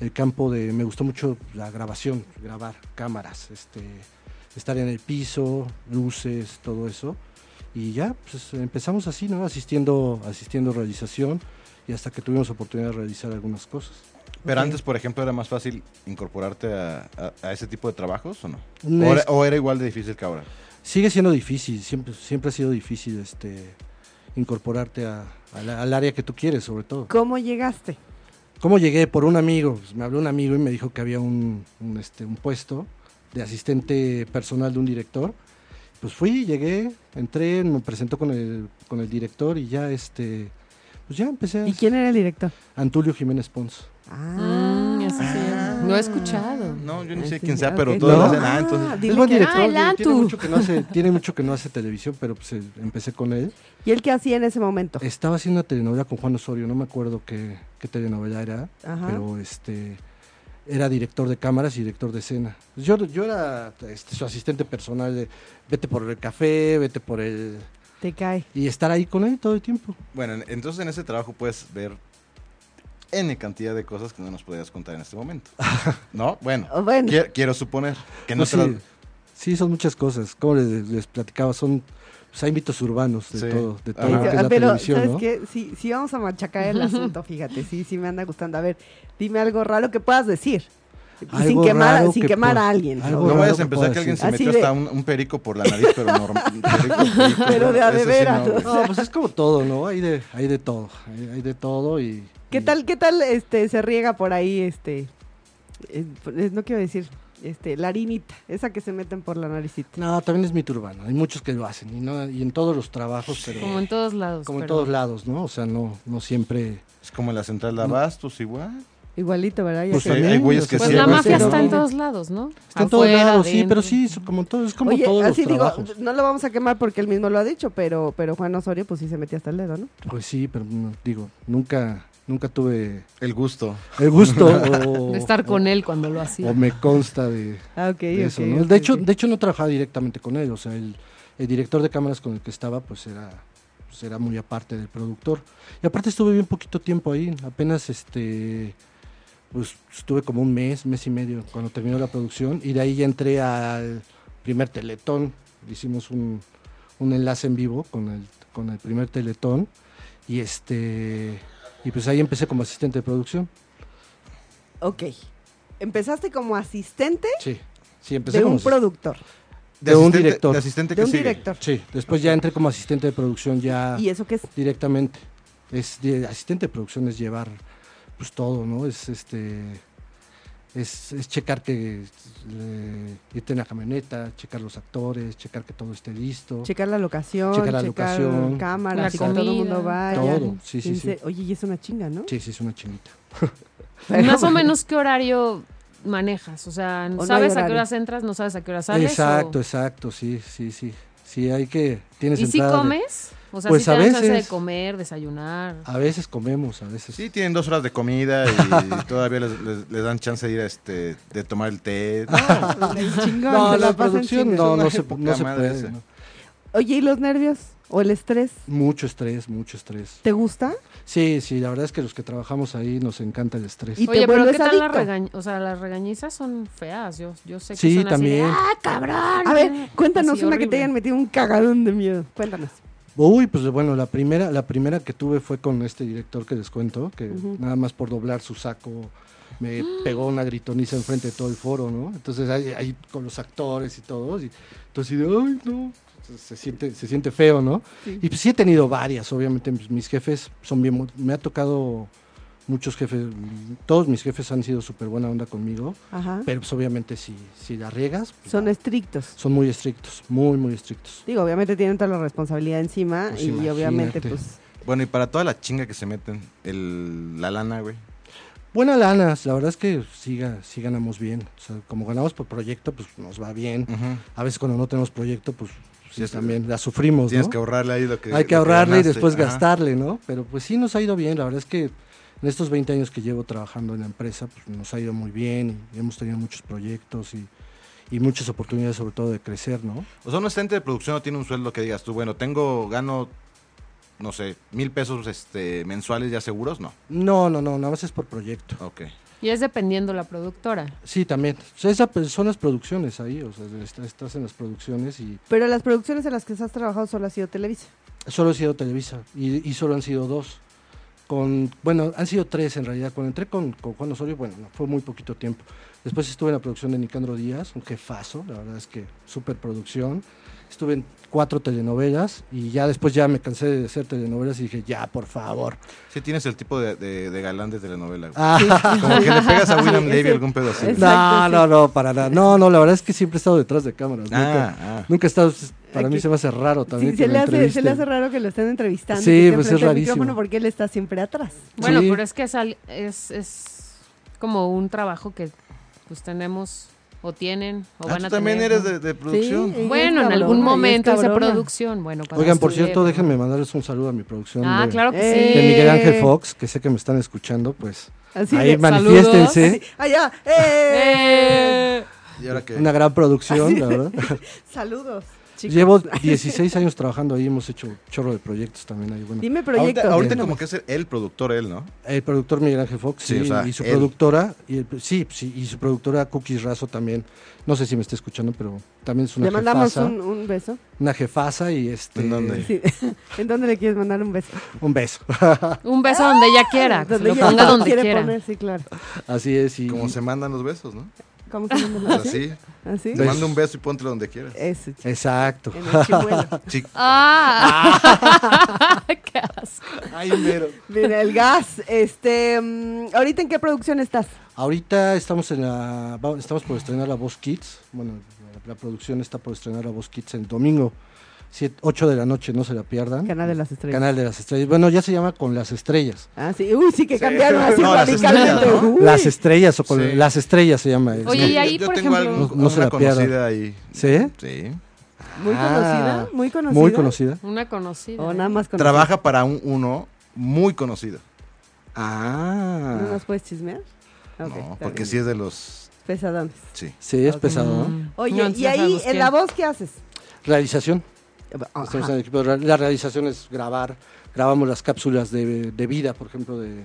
Speaker 6: el campo de... Me gustó mucho la grabación, grabar cámaras, este, estar en el piso, luces, todo eso. Y ya pues, empezamos así, ¿no? Asistiendo, asistiendo realización y hasta que tuvimos oportunidad de realizar algunas cosas.
Speaker 5: Pero antes, por ejemplo, era más fácil incorporarte a, a- a ese tipo de trabajos o no?
Speaker 6: No
Speaker 5: ¿O era,
Speaker 6: es-
Speaker 5: o era igual de difícil que ahora?
Speaker 6: Sigue siendo difícil, siempre, siempre ha sido difícil este, incorporarte a- a la- al área que tú quieres, sobre todo.
Speaker 2: ¿cómo llegaste?
Speaker 6: ¿Cómo llegué? Por un amigo. Pues, me habló un amigo y me dijo que había un, un, este, un puesto de asistente personal de un director. Pues fui, llegué, entré, me presentó con el, con el director y ya este. Pues ya empecé. a-
Speaker 2: ¿Y quién era el director?
Speaker 6: Antulio Jiménez Pons.
Speaker 2: Ah,
Speaker 1: Mm, eso sí, no he escuchado.
Speaker 5: No, yo ni
Speaker 2: Ah,
Speaker 5: sé
Speaker 2: sí,
Speaker 5: quién sea,
Speaker 2: ok.
Speaker 5: pero todos
Speaker 6: No.
Speaker 5: hacen. Ah, entonces.
Speaker 2: dile
Speaker 6: es buen
Speaker 2: que-
Speaker 6: director.
Speaker 1: Ah, el
Speaker 6: digo, tiene,
Speaker 1: Antu.
Speaker 6: mucho que no hace, tiene mucho que no hace televisión, pero pues eh, empecé con él.
Speaker 2: ¿Y él qué hacía en ese momento?
Speaker 5: Eh,
Speaker 6: Estaba haciendo una telenovela con Juan Osorio, no me acuerdo qué, qué telenovela era,
Speaker 2: Ajá.
Speaker 6: pero este era director de cámaras y director de escena. Yo, yo era este, su asistente personal de vete por el café, vete por el...
Speaker 2: Te cae.
Speaker 6: Y estar ahí con él todo el tiempo.
Speaker 5: Bueno, en- entonces en ese trabajo puedes ver N cantidad de cosas que no nos podrías contar en este momento. ¿No? Bueno,
Speaker 2: Oh, bueno.
Speaker 5: quier- quiero suponer que no
Speaker 6: Pues
Speaker 5: te
Speaker 6: sí,
Speaker 5: las-
Speaker 6: sí, son muchas cosas. Como les, les platicaba, son pues, hay mitos urbanos de
Speaker 5: Sí.
Speaker 6: todo, de todo
Speaker 5: Ajá.
Speaker 6: lo que es
Speaker 2: Ah,
Speaker 6: la
Speaker 2: Pero,
Speaker 6: televisión,
Speaker 2: ¿sabes
Speaker 6: ¿no?
Speaker 2: qué? Sí, sí vamos a machacar el asunto, fíjate. Sí, sí me anda gustando. A ver, dime algo raro que puedas decir. Y sin
Speaker 6: Algo
Speaker 2: quemar,
Speaker 6: raro
Speaker 2: sin
Speaker 6: que
Speaker 2: quemar
Speaker 6: pueda-
Speaker 2: a alguien.
Speaker 6: algo
Speaker 5: No
Speaker 6: raro
Speaker 5: vayas a
Speaker 6: que
Speaker 5: empezar que,
Speaker 6: puedas
Speaker 5: alguien
Speaker 6: decir.
Speaker 5: se
Speaker 2: Así
Speaker 5: metió
Speaker 2: de-
Speaker 5: hasta un, un perico por la nariz, pero normal.
Speaker 2: Pero de a de veras, ¿no?
Speaker 6: No, pues es como todo, ¿no? Hay de, hay de todo, hay, hay de todo y...
Speaker 2: ¿Qué
Speaker 6: y-
Speaker 2: tal, qué tal este se riega por ahí este eh, pues, no quiero decir este la harinita, esa que se meten por la naricita?
Speaker 6: No, también es mito urbano. Hay muchos que lo hacen y, no, y en todos los trabajos, pero
Speaker 1: Como en todos lados.
Speaker 6: como en
Speaker 1: pero-
Speaker 6: todos lados, ¿no? O sea, no, no siempre.
Speaker 5: Es como en la central de Abastos, igual.
Speaker 2: Igualito, ¿verdad? Ya
Speaker 5: Pues
Speaker 2: que-
Speaker 5: hay- hay güeyes que
Speaker 1: Pues
Speaker 5: sí,
Speaker 1: la
Speaker 5: güey,
Speaker 1: mafia
Speaker 5: sí,
Speaker 1: está
Speaker 5: ¿no?
Speaker 1: en todos lados, ¿no?
Speaker 6: Está en todos
Speaker 1: Afuera,
Speaker 6: lados, sí,
Speaker 1: adentro.
Speaker 6: pero sí, es como todo, es como
Speaker 2: Oye,
Speaker 6: todos los
Speaker 2: así digo,
Speaker 6: trabajos.
Speaker 2: no lo vamos a quemar porque él mismo lo ha dicho, pero pero Juan Osorio pues sí se metía hasta el dedo, ¿no?
Speaker 6: Pues sí, pero no, digo, nunca, nunca tuve
Speaker 5: El gusto.
Speaker 6: el gusto o,
Speaker 1: De estar con él cuando lo hacía.
Speaker 6: o me consta de,
Speaker 2: Ah, ok,
Speaker 6: de eso, ¿no? de hecho, de hecho no trabajaba directamente con él, o sea, el, el director de cámaras con el que estaba, pues era, pues era muy aparte del productor. Y aparte estuve bien poquito tiempo ahí, apenas este pues estuve como un mes, mes y medio cuando terminó la producción y de ahí ya entré al primer Teletón. Hicimos un, un enlace en vivo con el, con el primer Teletón y este y pues ahí empecé como asistente de producción.
Speaker 2: Ok. Empezaste como asistente
Speaker 6: Sí. Sí, empecé
Speaker 2: de
Speaker 6: como
Speaker 2: un
Speaker 6: asistente.
Speaker 2: productor,
Speaker 6: De un
Speaker 5: asistente-
Speaker 6: director.
Speaker 5: De asistente que
Speaker 2: de un
Speaker 5: sigue.
Speaker 2: director.
Speaker 6: Sí, después ya entré como asistente de producción ya
Speaker 2: ¿Y eso qué es?
Speaker 6: directamente. Es de- asistente de producción es llevar pues todo, ¿no? Es este es, es checar que eh, irte en la camioneta, checar los actores, checar que todo esté listo.
Speaker 2: Checar la locación,
Speaker 6: Checar Oh. la
Speaker 2: checar
Speaker 6: locación,
Speaker 2: cámaras,
Speaker 1: la
Speaker 2: y que todo el
Speaker 1: comida,
Speaker 2: mundo vaya.
Speaker 6: todo, sí, sí,
Speaker 2: Y
Speaker 6: sí.
Speaker 2: dice, Oye, y es una chinga, ¿no?
Speaker 6: sí, sí, es una chinita.
Speaker 2: Pero-
Speaker 1: Más o menos qué horario manejas. O sea,
Speaker 2: no hay
Speaker 1: ¿sabes a qué
Speaker 2: horario.
Speaker 1: horas entras? ¿No sabes a qué horas sales?
Speaker 6: Exacto,
Speaker 1: o-
Speaker 6: exacto, sí, sí, sí. Sí, hay que tienes
Speaker 1: ¿Y si
Speaker 6: entrada de-
Speaker 1: comes? O sea,
Speaker 6: Pues
Speaker 1: si te
Speaker 6: a
Speaker 1: dan chance de
Speaker 6: veces. Ah,
Speaker 1: comer, desayunar.
Speaker 6: a veces comemos, a veces
Speaker 5: Sí, tienen dos horas de comida y todavía les, les- les dan chance de ir a este, de tomar el té.
Speaker 2: El chingón,
Speaker 6: No,
Speaker 2: se
Speaker 6: la
Speaker 2: pasan
Speaker 6: producción
Speaker 2: chingue.
Speaker 6: no,
Speaker 5: una
Speaker 6: no se,
Speaker 5: época
Speaker 6: no se
Speaker 5: madre
Speaker 6: puede.
Speaker 5: esa.
Speaker 6: ¿no?
Speaker 2: Oye, ¿y los nervios o el estrés?
Speaker 6: Mucho estrés, mucho estrés.
Speaker 2: ¿Te gusta?
Speaker 6: Sí, sí, la verdad es que los que trabajamos ahí nos encanta el estrés.
Speaker 2: Y te
Speaker 1: Oye, pero
Speaker 2: vuelves
Speaker 1: ¿qué tal las
Speaker 2: adicto.
Speaker 1: regañizas? O sea, las regañizas son feas. Yo, yo sé que
Speaker 6: Sí,
Speaker 1: son así de,
Speaker 6: también.
Speaker 1: ¡Ah, cabrón!
Speaker 2: A ver, cuéntanos
Speaker 1: Así,
Speaker 2: una que
Speaker 1: horrible.
Speaker 2: te hayan metido un cagadón de miedo. Cuéntanos.
Speaker 6: Uy, pues bueno, la primera, la primera que tuve fue con este director que les cuento, que nada más por doblar su saco
Speaker 1: ¡Ah!
Speaker 6: me pegó una gritoniza enfrente de todo el foro, ¿no? Entonces ahí, ahí con los actores y todos, y entonces de, ay, no, se, se siente, se siente feo, ¿no? Y pues sí he tenido varias, obviamente mis, mis jefes son bien, mo- me ha tocado muchos jefes, todos mis jefes han sido súper buena onda conmigo,
Speaker 2: Ajá.
Speaker 6: pero pues obviamente si, si la riegas, pues,
Speaker 2: Son
Speaker 6: ya,
Speaker 2: estrictos.
Speaker 6: son muy estrictos, muy, muy estrictos.
Speaker 2: Digo, obviamente tienen toda la responsabilidad encima
Speaker 6: Pues
Speaker 2: y
Speaker 6: imagínate.
Speaker 2: obviamente, pues.
Speaker 5: Bueno, y para toda la chinga que se meten, el, la lana, güey.
Speaker 6: Buena lana, la verdad es que siga, sí ganamos bien. O sea, como ganamos por proyecto, pues nos va bien.
Speaker 5: Ujú.
Speaker 6: A veces cuando no tenemos proyecto, pues sí,
Speaker 5: es-
Speaker 6: también la sufrimos.
Speaker 5: Tienes
Speaker 6: Pues, ¿no?
Speaker 5: que ahorrarle ahí lo que.
Speaker 6: Hay
Speaker 5: lo
Speaker 6: que ahorrarle y
Speaker 5: ganaste.
Speaker 6: después
Speaker 5: Ajá.
Speaker 6: gastarle, ¿no? Pero pues sí nos ha ido bien. La verdad es que en estos 20 años que llevo trabajando en la empresa, pues nos ha ido muy bien y hemos tenido muchos proyectos y, y muchas oportunidades, sobre todo de crecer, ¿no?
Speaker 5: O sea, un asistente de producción no tiene un sueldo que digas tú, bueno, tengo, gano, no sé, mil pesos este, mensuales ya seguros, no.
Speaker 6: No, no, no, nada más es por proyecto.
Speaker 5: Ok.
Speaker 1: Y es dependiendo la productora.
Speaker 6: Sí, también. O sea, esa, pues, son las producciones ahí, o sea, está- estás en las producciones y
Speaker 2: Pero las producciones en las que has trabajado solo ha sido Televisa.
Speaker 6: Solo ha sido Televisa y, y solo han sido dos. Con, bueno, han sido tres en realidad. Cuando entré con, con Juan Osorio, bueno, no, fue muy poquito tiempo. Después estuve en la producción de Nicandro Díaz, un jefazo, la verdad es que súper producción. Estuve en cuatro telenovelas y ya después ya me cansé de hacer telenovelas y dije, ya, por favor.
Speaker 5: Sí tienes el tipo de, de, de galán de telenovela. güey.
Speaker 6: Ah,
Speaker 5: Como que le pegas a William Levy algún pedo así.
Speaker 2: es-
Speaker 5: güey.
Speaker 6: no,
Speaker 2: Exacto, sí.
Speaker 6: no, no, para nada. No, no, la verdad es que siempre he estado detrás de cámaras.
Speaker 5: Ah,
Speaker 6: nunca,
Speaker 5: ah.
Speaker 6: nunca he estado, para mí
Speaker 2: Aquí.
Speaker 6: se me hace raro
Speaker 2: Sí,
Speaker 6: también. que
Speaker 2: se,
Speaker 6: me
Speaker 2: le hace, se le
Speaker 6: entrevisten.
Speaker 2: hace raro que lo estén entrevistando. y
Speaker 6: Sí,
Speaker 2: que esté
Speaker 6: pues, es
Speaker 2: enfrente del
Speaker 6: rarísimo.
Speaker 2: micrófono porque él está siempre atrás.
Speaker 1: Bueno,
Speaker 6: Sí.
Speaker 1: pero es que es, al- es, es como un trabajo que pues tenemos o tienen o
Speaker 5: Ah,
Speaker 1: van
Speaker 5: tú
Speaker 1: a
Speaker 5: también
Speaker 1: tener,
Speaker 5: eres
Speaker 1: ¿no?
Speaker 5: de, de producción.
Speaker 2: Sí.
Speaker 1: Bueno, en
Speaker 2: Ella es
Speaker 1: algún
Speaker 2: cabrona,
Speaker 1: momento
Speaker 2: ella es
Speaker 1: hice
Speaker 2: cabrona.
Speaker 1: producción. Bueno, cuando
Speaker 6: Oigan, por cierto,
Speaker 2: pues,
Speaker 1: estudié, ¿no?
Speaker 6: déjenme mandarles un saludo a mi producción.
Speaker 1: Ah,
Speaker 6: de,
Speaker 1: claro que
Speaker 2: Eh,
Speaker 6: de
Speaker 1: sí.
Speaker 6: Miguel Ángel
Speaker 2: Eh.
Speaker 6: Fox, que sé que me están escuchando, pues
Speaker 2: Así
Speaker 6: ahí
Speaker 2: de-
Speaker 6: manifiéstense.
Speaker 2: Allá, ¡eh!
Speaker 1: Eh.
Speaker 5: ¿Y ahora qué?
Speaker 6: Una gran producción, la verdad.
Speaker 2: Saludos, Ah, chicos.
Speaker 6: Llevo 16 años trabajando ahí, hemos hecho chorro de proyectos también ahí. Bueno,
Speaker 2: Dime proyecto.
Speaker 5: Ahorita, ahorita como que es el- el productor, él, ¿no?
Speaker 6: el productor Miguel Ángel Fox
Speaker 5: Sí,
Speaker 6: sí,
Speaker 5: o sea,
Speaker 6: y su
Speaker 5: él.
Speaker 6: productora, y el- sí, sí, y su productora Cookies Razo también. No sé si me está escuchando, pero también es una
Speaker 2: Le mandamos
Speaker 6: jefasa.
Speaker 2: un, un beso.
Speaker 6: Una jefasa y este.
Speaker 5: ¿En dónde?
Speaker 2: Sí. ¿En dónde le quieres mandar un beso?
Speaker 6: Un beso.
Speaker 1: Un beso donde ella quiera, Ah, que se
Speaker 2: Donde
Speaker 1: lo
Speaker 2: ella
Speaker 1: ponga donde
Speaker 2: quiere
Speaker 1: quiera.
Speaker 2: poner, sí, claro.
Speaker 6: Así es. Y,
Speaker 5: Como se mandan los besos, ¿no?
Speaker 2: ¿Cómo se
Speaker 6: Ah,
Speaker 2: llama? ¿Así?
Speaker 5: Así.
Speaker 2: ¿Así?
Speaker 5: Te mando un beso y póntelo donde quieras.
Speaker 6: Eh.
Speaker 2: Eso, chico.
Speaker 6: Exacto.
Speaker 2: En el chimuelo.
Speaker 5: Sí,
Speaker 1: Ah, qué asco.
Speaker 6: Ay, mero.
Speaker 2: Mira, el gas. Este, mm, ¿Ahorita en qué producción estás?
Speaker 6: Ahorita estamos en la, va- estamos por estrenar la Voz Kids. Bueno, la, la producción está por estrenar la Voz Kids el domingo, 8 de la noche, no se la pierdan.
Speaker 2: Canal de las Estrellas.
Speaker 6: Canal de las Estrellas. Bueno, ya se llama Con las Estrellas.
Speaker 2: Ah, sí. Uy, sí que
Speaker 5: Sí.
Speaker 2: cambiaron así
Speaker 5: No, las
Speaker 2: radicalmente.
Speaker 5: estrellas, ¿no?
Speaker 2: Uy.
Speaker 6: Las Estrellas o con
Speaker 5: Sí.
Speaker 6: las Estrellas se llama.
Speaker 1: Oye,
Speaker 6: Sí.
Speaker 1: y ahí,
Speaker 5: yo,
Speaker 1: por
Speaker 5: tengo
Speaker 1: ejemplo-
Speaker 5: algún-
Speaker 6: No- no se
Speaker 5: una
Speaker 6: la pierdan.
Speaker 5: conocida ahí.
Speaker 6: ¿Sí?
Speaker 5: Sí.
Speaker 2: Muy
Speaker 6: Ah,
Speaker 2: conocida, muy conocida.
Speaker 6: Muy conocida.
Speaker 1: Una conocida.
Speaker 2: O
Speaker 1: ¿eh?
Speaker 2: nada más conocida.
Speaker 5: Trabaja para un uno muy conocido.
Speaker 2: ¿No
Speaker 6: Ah.
Speaker 2: nos puedes chismear? Ok,
Speaker 5: no,
Speaker 2: está
Speaker 5: porque
Speaker 2: bien.
Speaker 5: sí es de los.
Speaker 2: Pesadones.
Speaker 5: Sí.
Speaker 6: Sí, es pesado. ¿no?
Speaker 1: Mm.
Speaker 2: Oye,
Speaker 1: No,
Speaker 2: y
Speaker 1: entonces
Speaker 2: ahí,
Speaker 1: sabemos
Speaker 2: en
Speaker 1: quién.
Speaker 2: la voz, ¿qué haces?
Speaker 6: Realización.
Speaker 2: Ah, Ajá.
Speaker 6: Estamos en el equipo de real- la realización es grabar. Grabamos las cápsulas de, de vida, por ejemplo, de,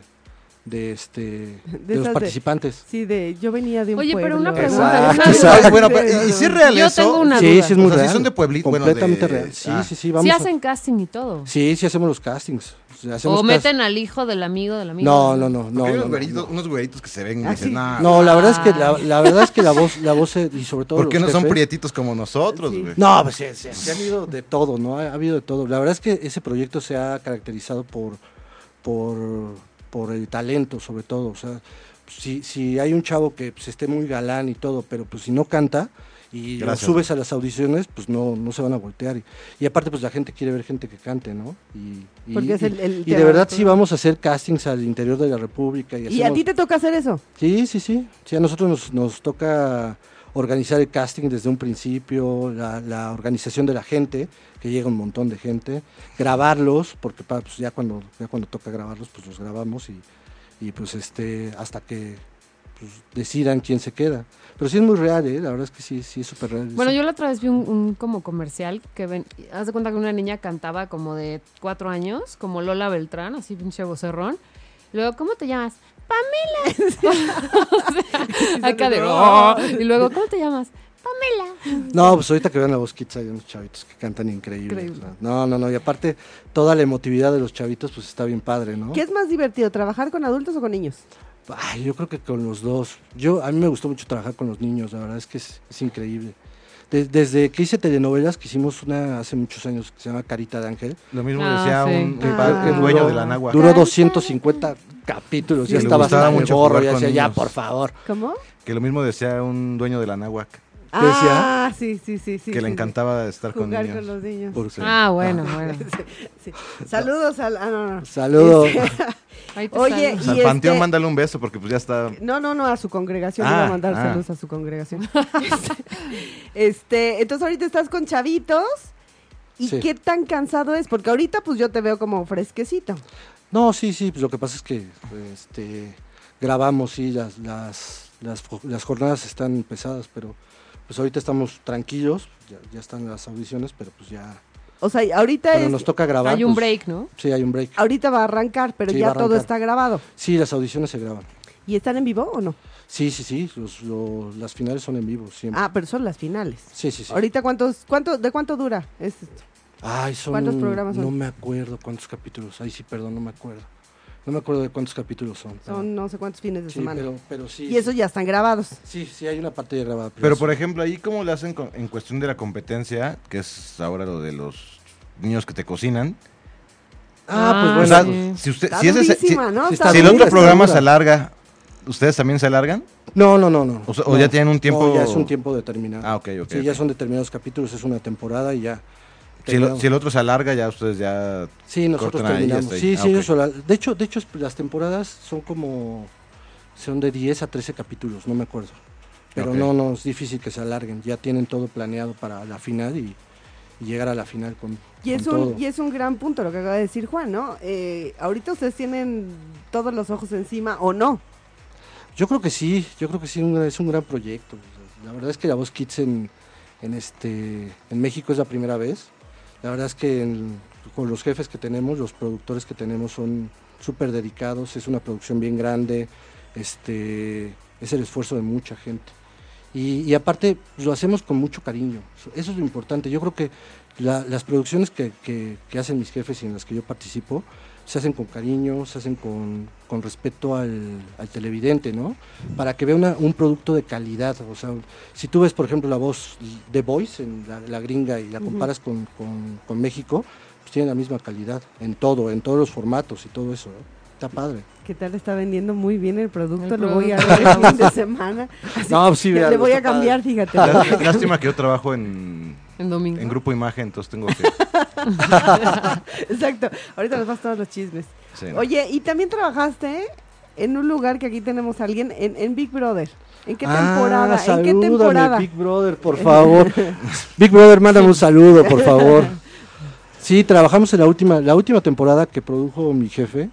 Speaker 6: de, este, de, los
Speaker 2: esas de-
Speaker 6: participantes.
Speaker 2: Sí, de yo venía de un
Speaker 1: Oye, pero una
Speaker 2: pueblo.
Speaker 5: Exacto,
Speaker 1: pregunta. una
Speaker 5: exacto.
Speaker 1: duda.
Speaker 5: Oye, bueno, pero, ¿y, y si es real
Speaker 1: Yo
Speaker 5: eso?
Speaker 1: tengo una
Speaker 6: Sí,
Speaker 1: duda.
Speaker 6: sí es muy
Speaker 5: O sea, sí
Speaker 6: real.
Speaker 5: son de pueblito, bueno,
Speaker 6: Completamente
Speaker 5: de-
Speaker 6: real. Sí,
Speaker 5: ah.
Speaker 6: sí, sí.
Speaker 1: Si
Speaker 6: Vamos a-
Speaker 1: hacen casting y todo.
Speaker 6: Sí, sí hacemos los castings. O sea, hacemos
Speaker 1: O
Speaker 6: cast-
Speaker 1: meten al hijo del amigo del amigo.
Speaker 6: No, no, no, no.
Speaker 5: Porque hay
Speaker 6: no,
Speaker 5: unos,
Speaker 6: no,
Speaker 5: güeritos,
Speaker 6: no.
Speaker 5: unos güeritos que se ven y
Speaker 2: Ah,
Speaker 5: dicen,
Speaker 2: sí.
Speaker 5: "Nah,
Speaker 6: No, la verdad es
Speaker 1: Ah.
Speaker 6: que la, la verdad es que la voz, la voz eh, y sobre todo.
Speaker 5: ¿por qué
Speaker 6: los
Speaker 5: no son
Speaker 6: jefes-
Speaker 5: prietitos como nosotros,
Speaker 2: Sí.
Speaker 5: güey?
Speaker 6: No, pues sí, sí, sí ha habido de todo, ¿no? Ha, ha habido de todo. La verdad es que ese proyecto se ha caracterizado por, por, por el talento, sobre todo. O sea, si, si hay un chavo que pues, esté muy galán y todo, pero pues si no canta y lo
Speaker 5: Gracias.
Speaker 6: subes a las audiciones, pues no, no se van a voltear. Y, y aparte, pues la gente quiere ver gente que cante, ¿no? Y, y-
Speaker 2: Porque es
Speaker 6: y-
Speaker 2: el- el
Speaker 6: y de
Speaker 2: teatro.
Speaker 6: verdad sí vamos a hacer castings al interior de la República. Y,
Speaker 2: ¿Y a
Speaker 6: hacemos-
Speaker 2: ti te toca hacer eso?
Speaker 6: Sí, sí, sí. Sí, a nosotros nos, nos toca organizar el casting desde un principio, la, la organización de la gente, que llega un montón de gente, grabarlos, porque pa- pues, ya, cuando, ya cuando toca grabarlos, pues los grabamos y, y, pues este, hasta que pues, decidan quién se queda. Pero sí es muy real, ¿eh? la verdad es que sí, sí es súper real.
Speaker 1: Bueno,
Speaker 6: Sí.
Speaker 1: yo la otra vez vi un, un como comercial que ven, haz de cuenta que una niña cantaba como de cuatro años, como Lola Beltrán, así pinche vocerrón. Luego, ¿cómo te llamas? Pamela. Acá de, "Oh". Y luego, ¿cómo te llamas?
Speaker 6: No, pues ahorita que vean la voz Kids hay unos chavitos que cantan increíble.
Speaker 1: Increíble.
Speaker 6: o sea, no, no, no, y aparte toda la emotividad de los chavitos pues está bien padre, ¿no?
Speaker 2: ¿Qué es más divertido, trabajar con adultos o con niños?
Speaker 6: Ay, yo creo que con los dos. Yo a mí me gustó mucho trabajar con los niños, la verdad es que es, es increíble. De- desde que hice telenovelas, que hicimos una hace muchos años que se llama Carita de Ángel,
Speaker 5: Lo mismo
Speaker 1: Ah,
Speaker 5: decía
Speaker 1: sí.
Speaker 5: un, un
Speaker 2: Ah.
Speaker 5: pa- el dueño de la nagua.
Speaker 6: duró 250 capítulos,
Speaker 5: Sí,
Speaker 6: ya
Speaker 5: le
Speaker 6: estaba
Speaker 5: gustaba
Speaker 6: hasta el
Speaker 5: mucho
Speaker 6: borro,
Speaker 5: jugar
Speaker 6: ya
Speaker 5: con
Speaker 6: decía, ya,
Speaker 5: niños".
Speaker 6: por favor.
Speaker 2: ¿Cómo?
Speaker 5: Que lo mismo decía un dueño de la nagua,
Speaker 2: Ah, sí, sí, sí, sí.
Speaker 5: que le
Speaker 2: sí,
Speaker 5: encantaba estar
Speaker 2: sí.
Speaker 5: con
Speaker 2: jugar
Speaker 5: niños. Pues,
Speaker 2: con los niños.
Speaker 6: Por-
Speaker 5: Sí.
Speaker 1: Ah, bueno, bueno.
Speaker 2: Sí. Saludos al. Ah, no, no.
Speaker 6: Saludos.
Speaker 1: Ahí te
Speaker 2: Oye,
Speaker 1: sale.
Speaker 5: O sea,
Speaker 2: y
Speaker 5: al panteón
Speaker 2: este-
Speaker 5: mándale un beso porque pues ya está...
Speaker 2: No, no, no, a su congregación.
Speaker 5: Ah,
Speaker 2: iba a mandar
Speaker 5: ah.
Speaker 2: saludos a su congregación. este, entonces ahorita estás con chavitos. ¿Y
Speaker 6: Sí.
Speaker 2: qué tan cansado es? Porque ahorita pues yo te veo como fresquecito.
Speaker 6: No, sí, sí, pues lo que pasa es que este, grabamos, sí, las, las, las, jo- las jornadas están pesadas, pero pues ahorita estamos tranquilos, ya, ya están las audiciones, pero pues ya,
Speaker 2: O sea, y ahorita
Speaker 6: cuando
Speaker 2: es-
Speaker 6: nos toca grabar.
Speaker 1: Hay un
Speaker 6: pues,
Speaker 1: break, ¿no?
Speaker 6: Sí, hay un break.
Speaker 2: ahorita va a arrancar, pero
Speaker 6: Sí,
Speaker 2: ya
Speaker 6: va a
Speaker 2: todo
Speaker 6: arrancar.
Speaker 2: está grabado.
Speaker 6: Sí, las audiciones se graban.
Speaker 2: ¿Y están en vivo o no?
Speaker 6: Sí, sí, sí, los- lo- las finales son en vivo siempre.
Speaker 2: Ah, pero son las finales.
Speaker 6: Sí, sí, sí.
Speaker 2: Ahorita cuántos, cuánto, ¿de cuánto dura? Es-
Speaker 6: Ay, son-
Speaker 2: ¿Cuántos programas son?
Speaker 6: No me acuerdo cuántos capítulos. Ay, sí, perdón, no me acuerdo. No me acuerdo de cuántos capítulos son. pero-
Speaker 2: Son no sé cuántos fines de
Speaker 6: Ah. sí,
Speaker 2: semana.
Speaker 6: pero, pero sí.
Speaker 2: Y esos ya están grabados.
Speaker 6: Sí, sí, hay una parte ya grabada.
Speaker 5: Pero
Speaker 6: sí.
Speaker 5: por ejemplo, ahí cómo le hacen con- en cuestión de la competencia, que es ahora lo de los niños que te cocinan.
Speaker 6: Ah, pues
Speaker 1: Ah,
Speaker 5: O
Speaker 6: bueno.
Speaker 5: sea,
Speaker 1: sí.
Speaker 5: si usted,
Speaker 2: Está
Speaker 5: si, ese-
Speaker 2: durísima,
Speaker 5: si-
Speaker 2: ¿no?
Speaker 6: sí
Speaker 5: si
Speaker 6: está
Speaker 5: el
Speaker 6: dura,
Speaker 5: otro programa
Speaker 6: dura.
Speaker 5: se alarga, ¿ustedes también se alargan?
Speaker 6: No, no, no, no.
Speaker 5: O sea, o
Speaker 6: No.
Speaker 5: ya tienen un tiempo-
Speaker 6: No, ya es un tiempo determinado.
Speaker 5: Ah, ok, ok,
Speaker 6: Sí, ya
Speaker 5: ok.
Speaker 6: son determinados capítulos, es una temporada y ya.
Speaker 5: Si el,
Speaker 6: terminamos.
Speaker 5: si el otro se alarga, ya ustedes ya...
Speaker 6: Sí, nosotros
Speaker 5: cortan ahí,
Speaker 6: terminamos.
Speaker 5: hasta ahí.
Speaker 6: sí,
Speaker 5: Ah,
Speaker 6: sí,
Speaker 5: ok.
Speaker 6: ellos sola- De hecho, de hecho es- las temporadas son como son de 10 a 13 capítulos, no me acuerdo. Pero
Speaker 5: Ok.
Speaker 6: no, no es difícil que se alarguen. Ya tienen todo planeado para la final y, y llegar a la final con,
Speaker 2: Y es,
Speaker 6: con
Speaker 2: un,
Speaker 6: todo.
Speaker 2: y es un gran punto lo que acaba de decir Juan, ¿no? Eh, ahorita ustedes tienen todos los ojos encima o no.
Speaker 6: Yo creo que sí, yo creo que sí un- es un gran proyecto. La verdad es que la voz Kids en, en este en México es la primera vez. La verdad es que en- con los jefes que tenemos, los productores que tenemos son súper dedicados, es una producción bien grande, este es el esfuerzo de mucha gente. Y, y aparte pues, lo hacemos con mucho cariño, eso es lo importante. Yo creo que la- las producciones que, que- que hacen mis jefes y en las que yo participo, se hacen con cariño, se hacen con, con respeto al, al televidente, ¿no? Para que vea una- un producto de calidad. O sea, si tú ves, por ejemplo, la voz de Voice en la, la gringa y la comparas con, con- con México, pues tiene la misma calidad en todo, en todos los formatos y todo eso, ¿no? Está padre.
Speaker 2: ¿Qué tal está vendiendo muy bien el producto?
Speaker 1: El
Speaker 2: lo voy a
Speaker 1: producto.
Speaker 2: ver el fin de semana. Así
Speaker 6: No, sí,
Speaker 2: que
Speaker 6: véanlo,
Speaker 2: le voy a
Speaker 6: está
Speaker 2: cambiar, fíjate.
Speaker 5: Lá- Lástima que yo trabajo en,
Speaker 1: En domingo.
Speaker 5: en grupo imagen, entonces tengo que...
Speaker 2: Exacto. Ahorita nos vas todos los chismes.
Speaker 5: sí, ¿no?
Speaker 2: Oye, y también trabajaste en un lugar que aquí tenemos a alguien, en, en Big Brother. ¿En qué
Speaker 6: Ah,
Speaker 2: temporada? ¿En qué
Speaker 6: salúdame,
Speaker 2: temporada?
Speaker 6: Big Brother, por favor. Big Brother, mándame un saludo, por favor. Sí, trabajamos en la última, la última temporada que produjo mi jefe.